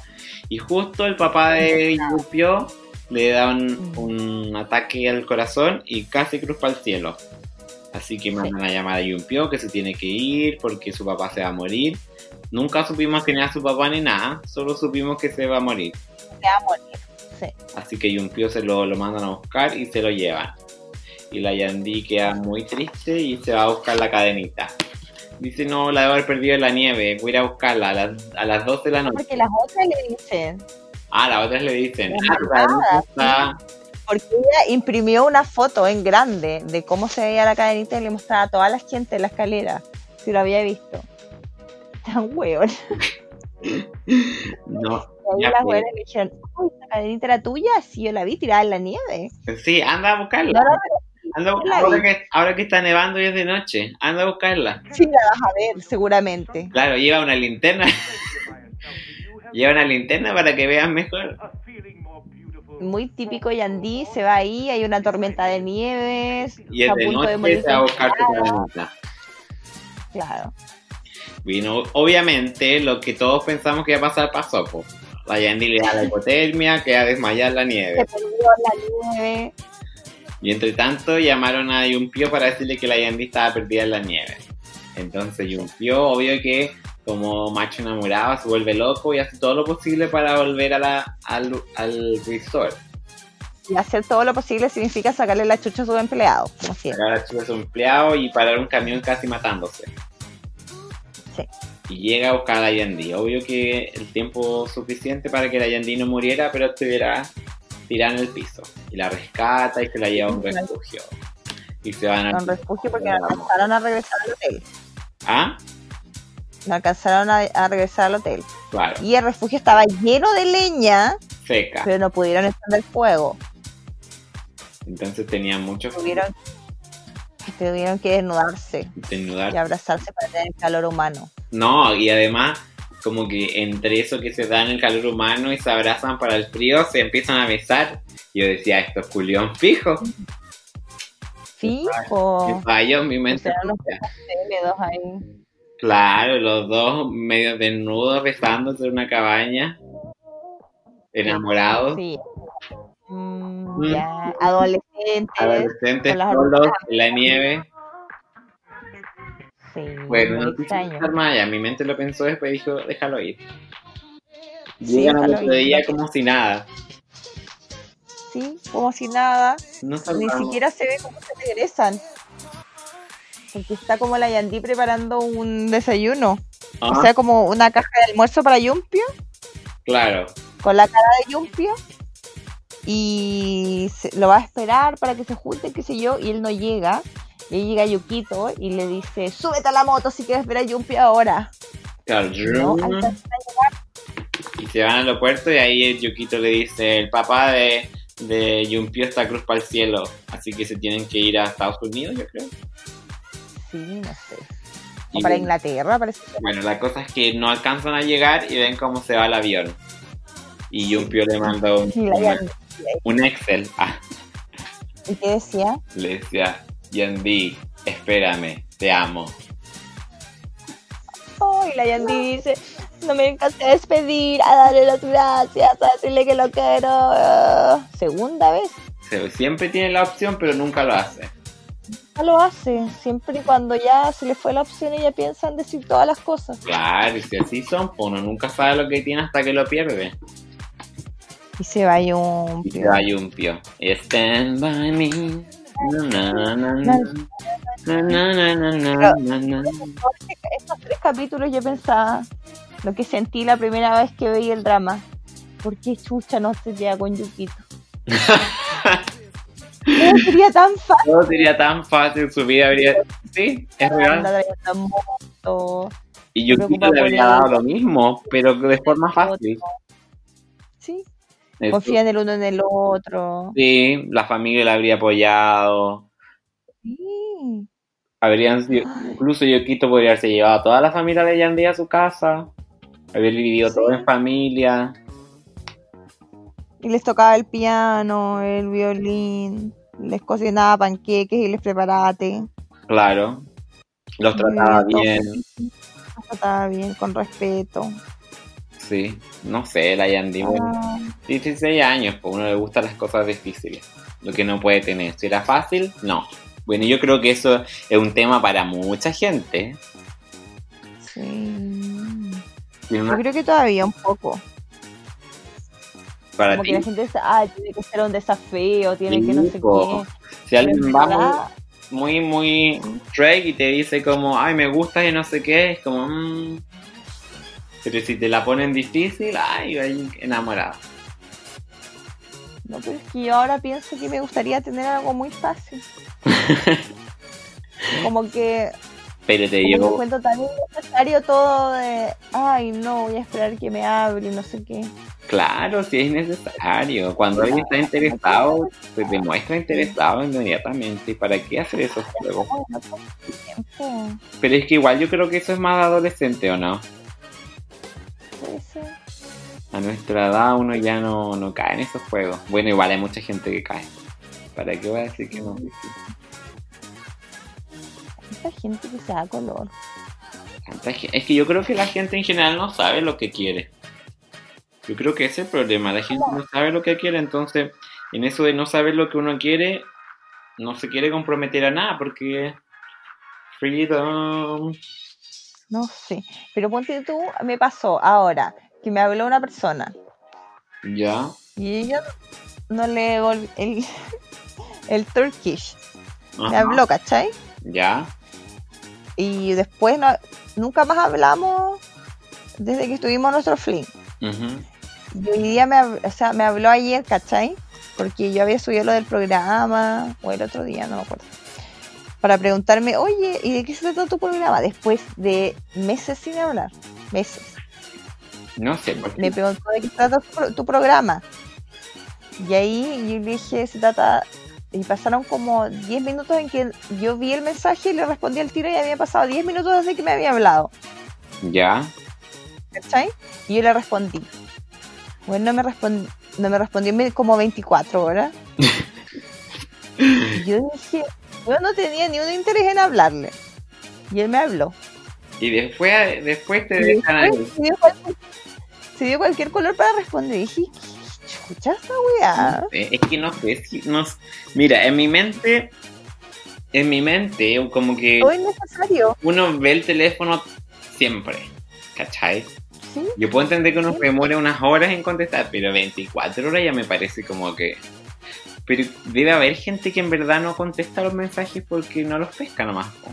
Y justo el papá de Yumpio le da un, un ataque al corazón y casi cruza al cielo. Así que mandan a llamar a Yumpio que se tiene que ir porque su papá se va a morir. Nunca supimos quién era su papá ni nada, solo supimos que se va a morir.
Se va a morir. Sí.
Así que Yumpio se lo, lo mandan a buscar y se lo llevan. Y la Yandi queda muy triste y se va a buscar la cadenita. Dice, no, la debo haber perdido en la nieve, voy a ir a buscarla a las, a las 12 de la noche.
Porque las otras le dicen.
Ah, las otras le dicen.
Es
"Ah, la
malvada,
está-
Porque ella imprimió una foto en grande de cómo se veía la cadenita y le mostraba a toda la gente en la escalera. Si lo había visto. Tan weón.
No,
Y ahí
ya pues.
las
fue.
weonas le dijeron, ay, esa cadenita era tuya, sí, yo la vi tirada en la nieve.
Sí, anda a buscarla.
No, no,
Anda a
yo la
ahora,
vi.
que, ahora que está nevando y es de noche, anda a buscarla.
pero sí la vas a ver, seguramente.
Claro, lleva una linterna. [LAUGHS] lleva una linterna para que veas mejor.
Muy típico Yandí, se va ahí, hay una tormenta de nieves,
Y
está
es
a
de
punto de
noche,
morir.
se va a buscar tu cadenita.
Claro.
Vino, obviamente, lo que todos pensamos que iba a pasar pasó. po. La Yandy le da la hipotermia, que a desmayar la
Se
nieve.
perdió la nieve.
Y entre tanto, llamaron a Yumpio para decirle que la Yandy estaba perdida en la nieve. Entonces, Yumpio, obvio que como macho enamorado, se vuelve loco y hace todo lo posible para volver a la, al, al resort.
Y hacer todo lo posible significa sacarle la chucha a su empleado, como siempre.
Sacar a su empleado y parar un camión casi matándose.
Sí.
Y llega a buscar a la Yandy. Obvio que el tiempo suficiente para que la Yandy no muriera, pero estuviera tirada en el piso. Y la rescata y se la lleva a un refugio. Y se van
No
a...
un refugio porque no alcanzaron a regresar al hotel.
¿Ah?
No alcanzaron a, a regresar al hotel.
Claro,
Y el refugio estaba lleno de leña,
seca.
pero no pudieron encender fuego.
Entonces tenía mucho frío.
Tuvieron, tuvieron que desnudarse y
Desnudar.
abrazarse para tener el calor humano.
No, y además, como que entre eso que se dan el calor humano y se abrazan para el frío, se empiezan a besar. Yo decía, esto es culión fijo.
Fijo.
Vaya, mi mente.
Serán unos
fría.
húmedos ahí.
Claro, los dos medio desnudos besándose en una cabaña. Enamorados.
Sí. Mm,
Mm.
ya. Adolescentes.
Adolescentes
Con las
solos en la nieve.
Sí.
Bueno,
muy
no quiso
extraño.
estar más allá. Mi mente lo pensó después y dijo, déjalo ir.
Sí,
Llegan al
déjalo
otro
ir.
día como si nada.
Sí, como si nada.
No
Ni
sabemos.
siquiera se ve cómo se regresan. Porque está como la Yandy preparando un desayuno.
Ah,
O sea, como una caja de almuerzo para Yumpio,
claro.
con la cara de Yumpio. Y se- lo va a esperar para que se junten, qué sé yo, y él no llega. Y ahí llega Yukito y le dice, súbete a la moto si quieres ver a Yumpio ahora.
Claro.
No,
Mm.
alcanza
Y se van al aeropuerto y ahí el Yukito le dice, el papá de, de Yumpio está cruz para el cielo. Así que se tienen que ir a Estados Unidos, yo creo.
Sí, no sé.
Y-
O para Inglaterra, parece. que-
Bueno, la cosa es que no alcanzan a llegar y ven cómo se va el avión. Y Yumpio le mandó un,
Y la Yandy,
un Excel. Ah,
¿y qué decía?
le decía, Yandy, espérame, te amo.
Oh, y la Yandy dice, no me alcancé a despedir, a darle las gracias, a decirle que lo quiero. Segunda vez,
Se- siempre tiene la opción, pero nunca lo hace.
no lo hace. Siempre y cuando ya se le fue la opción, ella piensa en decir todas las cosas.
Claro, y si así son, pues uno nunca sabe lo que tiene hasta que lo pierde.
Y se va un
Y se va Yumpio. Stand by me. Na, na, na, na. Na, na, na, na, na, na.
Estos tres capítulos yo pensaba lo que sentí la primera vez que veía el drama. ¿Por qué chucha no se llega con
[LAUGHS]
Yukito? No sería tan fácil.
Todo sería tan fácil, su vida habría... Sí, es real.
Anda trayendo moto.
Y Yukito
preocupa
le
por
habría
él.
dado lo mismo, pero de forma fácil.
Sí,
Eso-
confían el uno en el otro.
Sí, la familia le habría apoyado.
Sí.
Habrían sido- incluso Yukito podría haberse llevado a toda la familia de Yandy a su casa. Haber vivido
Sí.
todo en familia.
Y les tocaba el piano, el violín, les cocinaba panqueques y les preparaba té.
Claro. Los trataba
Vivido todo.
bien.
Los trataba bien, con respeto.
Sí, no sé, la Yandy.
Ah.
16 años, pues uno le gustan las cosas difíciles, lo que no puede tener. Si era fácil, no. Bueno, yo creo que eso es un tema para mucha gente.
Sí.
Tiene
Yo
una-
creo que todavía un poco.
Para
Como que
ti.
la gente dice, ah, tiene que ser un desafío, tiene que no
Sí,
sé
po.
qué.
Si alguien
Pero
va
en verdad,
muy, muy, muy straight y te dice como, ay, me gusta y no sé qué, es como, "Mm". Pero si te la ponen difícil, ay, ahí enamorada.
No, pero es que yo ahora pienso que me gustaría tener algo muy
[LAUGHS]
fácil. como que
Pero te
como que
digo,
encuentro tan innecesario todo de, ay, no, voy a esperar que me abra y no sé qué.
claro, si es necesario. Cuando alguien está interesado, se te muestra interesado inmediatamente. ¿Y para qué hacer esos juegos?
Ay, no tengo tiempo.
Pero es que igual yo creo que eso es más adolescente, ¿o no?
Puede ser.
A nuestra edad uno ya no, no cae en esos juegos. Bueno, igual hay mucha gente que cae. ¿Para qué voy a decir que no?
Esa gente que se da color.
Tanta gen- Es que yo creo que la gente en general no sabe lo que quiere. Yo creo que ese es el problema. La gente no sabe lo que quiere. Entonces, en eso de no saber lo que uno quiere, no se quiere comprometer a nada porque... Freedom.
No sé. Pero ponte tú, me pasó ahora que me habló una persona
Ya.
y yo no le volví el, [LAUGHS] el Turkish. Me
Ajá.
habló, ¿cachai?
Ya.
Y después no- nunca más hablamos desde que estuvimos nuestro fling.
Ujú.
Y hoy día me, hab- o sea, me habló ayer, ¿cachai? Porque yo había subido lo del programa, o el otro día, no me acuerdo. Para preguntarme, oye, ¿y de qué se trata tu programa? Después de meses sin hablar, meses.
No sé. ¿por qué?
Me preguntó de qué se trata tu, pro- tu programa. Y ahí yo le dije, se trata. Y pasaron como 10 minutos en que yo vi el mensaje y le respondí al tiro y había pasado 10 minutos desde que me había hablado.
Ya.
¿cachai? Y yo le respondí. Bueno, no me, respon- no me respondió en como 24 horas. Y yo dije, yo no tenía ni un interés en hablarle. Y él me habló.
Y después, después te
Y
dejan ahí.
después se dio cualquier- se dio cualquier color para responder. Y dije, ¿qué chucha esta weá?
Eh, Es que no sé, si nos... Mira, en mi mente, en mi mente, como que
Todo innecesario.
uno ve el teléfono siempre, ¿cachai?
Sí,
Yo puedo entender que uno
Sí.
demore unas horas en contestar, pero 24 horas ya me parece como que... Pero debe haber gente que en verdad no contesta los mensajes porque no los pesca nomás. po.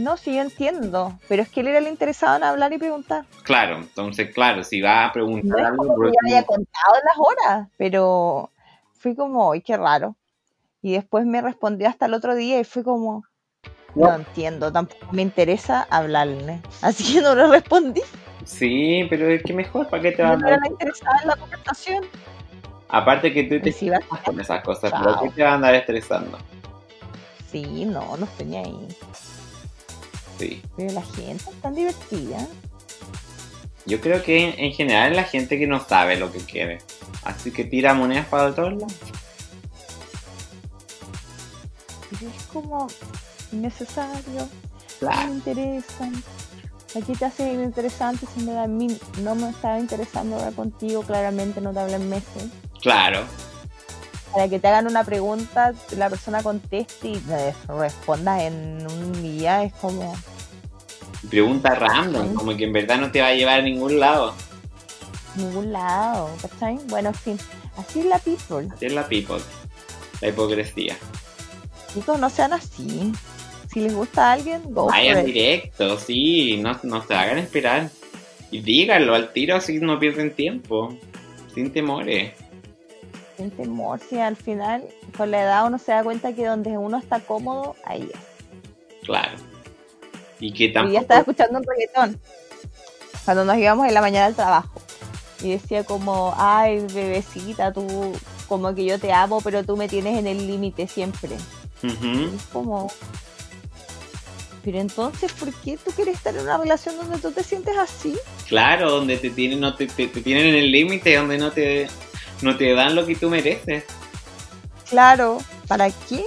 no, sí, yo entiendo. Pero es que él era el interesado en hablar y preguntar.
Claro, entonces, claro, si va a preguntar
No es
algo...
como
por
que yo haya
último-
contado las horas, pero fui como, ¡ay, qué raro! Y después me respondió hasta el otro día y fui como, no
No.
entiendo, tampoco me interesa hablarle. [LAUGHS] Así que no le respondí,
Sí, pero es que mejor, ¿para qué te va a
yo no era
hablar?
la interesada en la conversación.
Aparte que tú
Y
te
si va-
estresas [LAUGHS] con esas cosas,
Chao.
¿para qué te va a andar estresando?
sí, no, no estoy ni ahí.
Sí.
Pero la gente es tan divertida.
Yo creo que en, en general es la gente que no sabe lo que quiere. Así que tira monedas para todos lados.
Pero es como innecesario, no
Claro.
me interesan. Aquí te hace interesante, si me da a mí, no me estaba interesando hablar contigo, claramente no te hablé en meses.
Claro.
Para que te hagan una pregunta, la persona conteste y te respondas en un día, es como...
Pregunta random,
Sí.
como que en verdad no te va a llevar a ningún lado.
ningún lado, ¿cachai? Bueno, en fin, así es la people.
Así es la people. La hipocresía.
Chicos, no sean así. Si les gusta a alguien, go for
Vayan
it.
directo, sí. No, no se hagan esperar. Y díganlo al tiro así no pierden tiempo. Sin temores.
Sin temor, si al final, con la edad uno se da cuenta que donde uno está cómodo, ahí es.
Claro. Y que
Y ya
tampoco...
estaba escuchando un reggaetón. Cuando nos íbamos en la mañana al trabajo. Y decía como, ay, bebecita, tú, como que yo te amo, pero tú me tienes en el límite siempre.
Ujú.
Es como... Pero entonces, ¿por qué tú quieres estar en una relación donde tú te sientes así?
Claro, donde te tienen, no te, te- te tienen en el límite, donde no te, no te dan lo que tú mereces.
Claro, ¿para qué?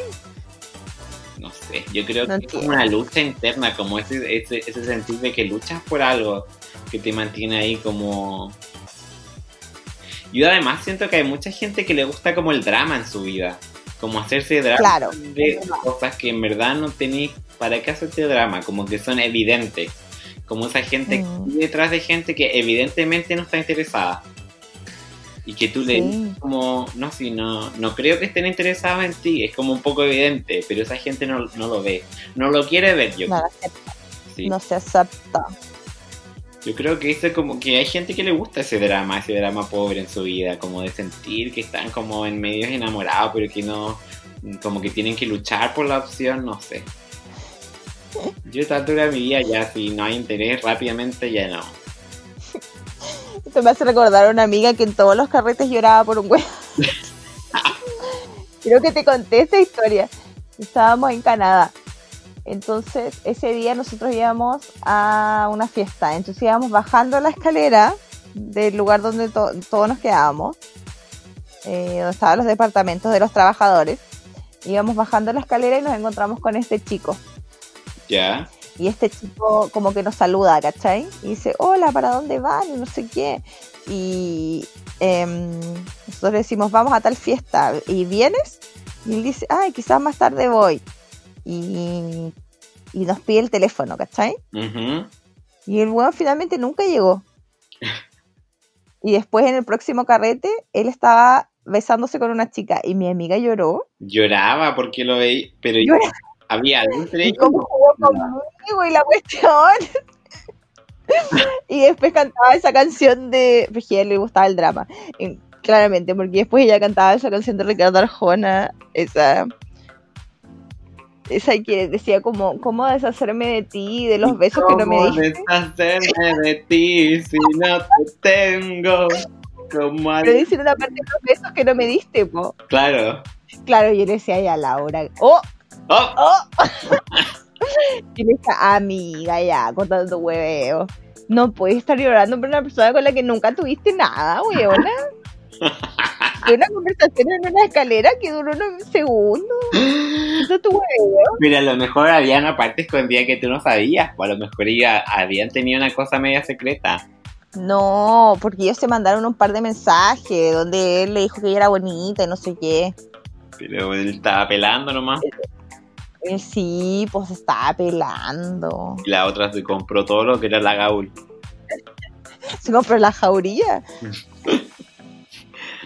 No sé. sé, yo creo
No
que es como una lucha interna, como ese, ese, ese sentir de que luchas por algo que te mantiene ahí como... Yo además siento que hay mucha gente que le gusta como el drama en su vida, como hacerse drama
Claro,
de
es verdad.
cosas que en verdad no tenéis para qué hacerte drama, como que son evidentes, como esa gente
Mm.
que vive detrás de gente que evidentemente no está interesada. Y que tú le
Sí.
dices como, no, si no, no creo que estén interesados en ti, es como un poco evidente, pero esa gente no, no lo ve, no lo quiere ver yo.
No,
creo,
la gente
sí.
no se acepta.
Yo creo que eso es como que hay gente que le gusta ese drama, ese drama pobre en su vida, como de sentir que están como en medios enamorados, pero que no, como que tienen que luchar por la opción, no sé. Yo a esta altura de mi vida ya, si no hay interés rápidamente, ya no.
Esto me hace recordar a una amiga que en todos los carretes lloraba por un güey. Creo que te conté esta historia. Estábamos en Canadá. Entonces, ese día nosotros íbamos a una fiesta. Entonces íbamos bajando la escalera del lugar donde to- todos nos quedábamos, eh, donde estaban los departamentos de los trabajadores. Íbamos bajando la escalera y nos encontramos con este chico.
¿Ya?
Y este chico como que nos saluda, ¿cachai? Y dice, hola, ¿para dónde van? Y no sé qué. Y em, nosotros le decimos, vamos a tal fiesta. ¿Y vienes? Y él dice, ay, quizás más tarde voy. Y, y nos pide el teléfono, ¿cachai?
Ujú.
Y el weón finalmente nunca llegó. Y después en el próximo carrete, él estaba besándose con una chica y mi amiga lloró.
Lloraba porque lo veía, pero
Lloraba.
había algo entre
Y
ellos.
cómo jugó conmigo y la cuestión. [LAUGHS] y después cantaba esa canción de. Pues que a él le gustaba el drama. y claramente, porque después ella cantaba esa canción de Ricardo Arjona. Esa. Esa que decía como, ¿cómo deshacerme de ti, de los besos que no me
¿Cómo
diste?
deshacerme de ti si no te tengo? Como
Pero dicen una parte de los besos que no me diste, po.
Claro.
Claro, yo le decía ya a Laura, ¡oh!
¡Oh!
¡Oh! y me dice, amiga, ya, contando hueveo. No puedes estar llorando por una persona con la que nunca tuviste nada,
[LAUGHS]
huevona. Fue una conversación en una escalera que duró unos segundos. Eso es tu hueveo.
Mira, a lo mejor había una parte escondida que tú no sabías, o a lo mejor ya habían tenido una cosa media secreta.
No, porque ellos se mandaron un par de mensajes donde él le dijo que ella era bonita y no sé qué.
Pero él estaba pelando nomás.
Él sí, pues estaba pelando.
Y la otra se compró todo lo que era la gaul.
Se compró la jauría,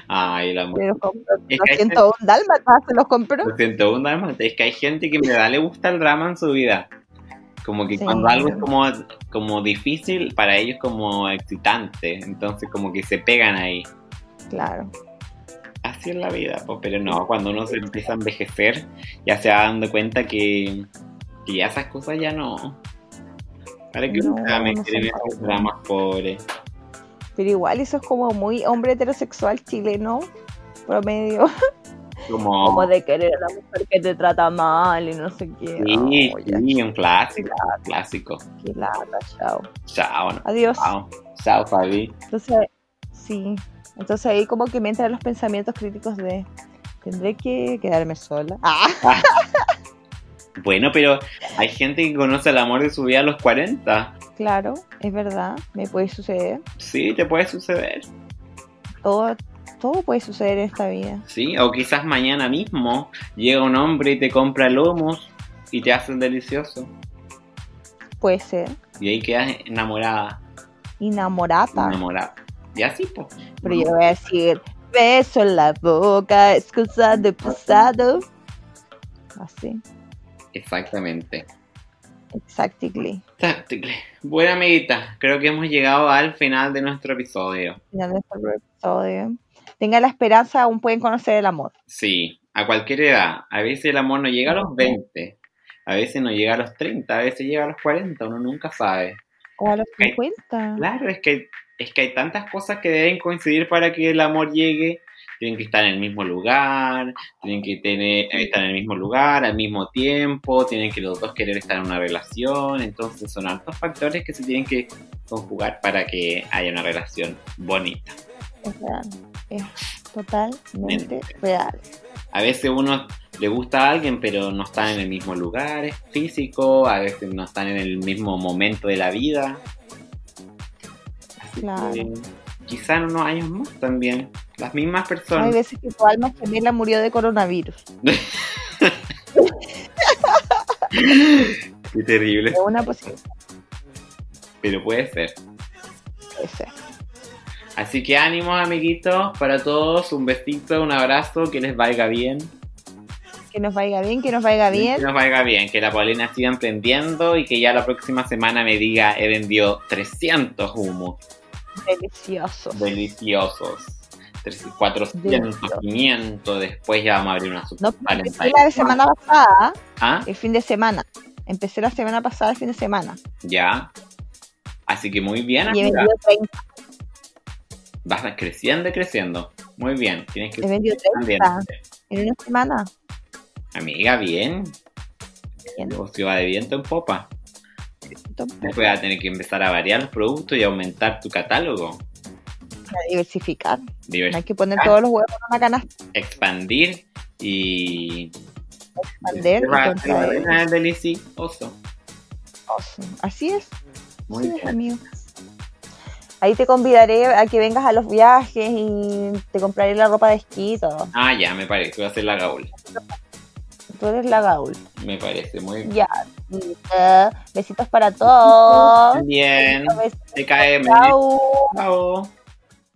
Ay, la mujer.
pero compró
Es que hay
201 dálmatas, ah, se los compró.
Lo siento, un drama. Es que hay gente que en verdad le gusta el drama en su vida. Como que
Sí.
cuando algo es como, como difícil, para ellos como excitante. Entonces como que se pegan ahí.
Claro.
Así es la vida, po, pero no, cuando uno se empieza a envejecer, ya se va dando cuenta que, que ya esas cosas ya no. Para que uno
No,
se va a
no
meter en
son
esos
para
dramas pobres.
Pero igual eso es como muy hombre heterosexual chileno promedio.
Como,
Como de querer a la mujer que te trata mal y no sé qué.
sí,
Oh, ya,
sí, un clásico, un clásico.
qué lata, chao.
Chao, no,
Adiós.
chao, chao, Fabi.
Entonces, sí. Entonces ahí como que me entran los pensamientos críticos de tendré que quedarme sola. Ah,
Bueno, pero hay gente que conoce el amor de su vida a los 40.
claro, es verdad, me puede suceder.
Sí, te puede suceder.
Todo, todo puede suceder en esta vida.
Sí, o quizás mañana mismo llega un hombre y te compra lomos y te hacen delicioso.
Puede ser.
Y ahí quedas enamorada.
Enamorada.
enamorada. Y así, pues.
Pero yo voy a decir, beso en la boca, es cosa de pasado. Así.
Exactamente.
Exactly.
Tacticle. Bueno, amiguita, creo que hemos llegado al final de nuestro episodio.
Final de este episodio. Tenga la esperanza, aún pueden conocer el amor.
Sí, a cualquier edad. A veces el amor no llega a los 20, a veces no llega a los 30, a veces llega a los 40, uno nunca sabe.
O a los
Ok.
50.
Claro, es que, es que hay tantas cosas que deben coincidir para que el amor llegue. Tienen que estar en el mismo lugar, tienen que tener, estar en el mismo lugar al mismo tiempo, tienen que los dos querer estar en una relación. Entonces son altos factores que se tienen que conjugar para que haya una relación bonita.
Es real. Es totalmente real.
A veces uno le gusta a alguien, pero no están en el mismo lugar es físico, a veces no están en el mismo momento de la vida. Así
Claro.
que, quizá en unos años más también, las mismas
Hay
personas.
veces que tu alma gemela murió de coronavirus.
Qué terrible,
Es una posibilidad.
pero puede ser.
puede ser.
Así que ánimos, amiguitos, para todos. Un besito, un abrazo, que les valga bien.
Que nos vaya bien, que nos vaya
Que
bien.
nos valga bien, que la Paulina siga emprendiendo y que ya la próxima semana me diga, he vendido 300 humos
Delicioso.
deliciosos. 300, 400,
Delicioso.
500, después ya vamos a abrir una
No,
sucursal en
empecé la de
Taiwán.
semana pasada,
¿Ah?
el fin de semana. Empecé la semana pasada, el fin de semana.
Ya. Así que muy bien,
Y he
amiga.
vendido 30.
Vas creciendo y creciendo. Muy bien. Tienes que
He vendido 30 en una semana.
Amiga, bien.
Bien.
Negocio va de viento en popa. Después vas a tener que empezar a variar los productos y aumentar tu catálogo.
Para diversificar. No hay
Divers-
que poner todos los huevos en una canasta.
expandir y.
Expander y
Va a
contraer.
ser una delicioso.
Así es.
Muy
Así es,
bien.
amigo. Ahí te convidaré a que vengas a los viajes y te compraré la ropa de esquí y todo.
Ah, ya, me parece. Voy a hacer la gaula.
Tú eres la gaul.
Me parece muy bien.
Ya. Eh, Besitos para todos.
Bien.
Besitos.
TKM.
Chao.
Chao.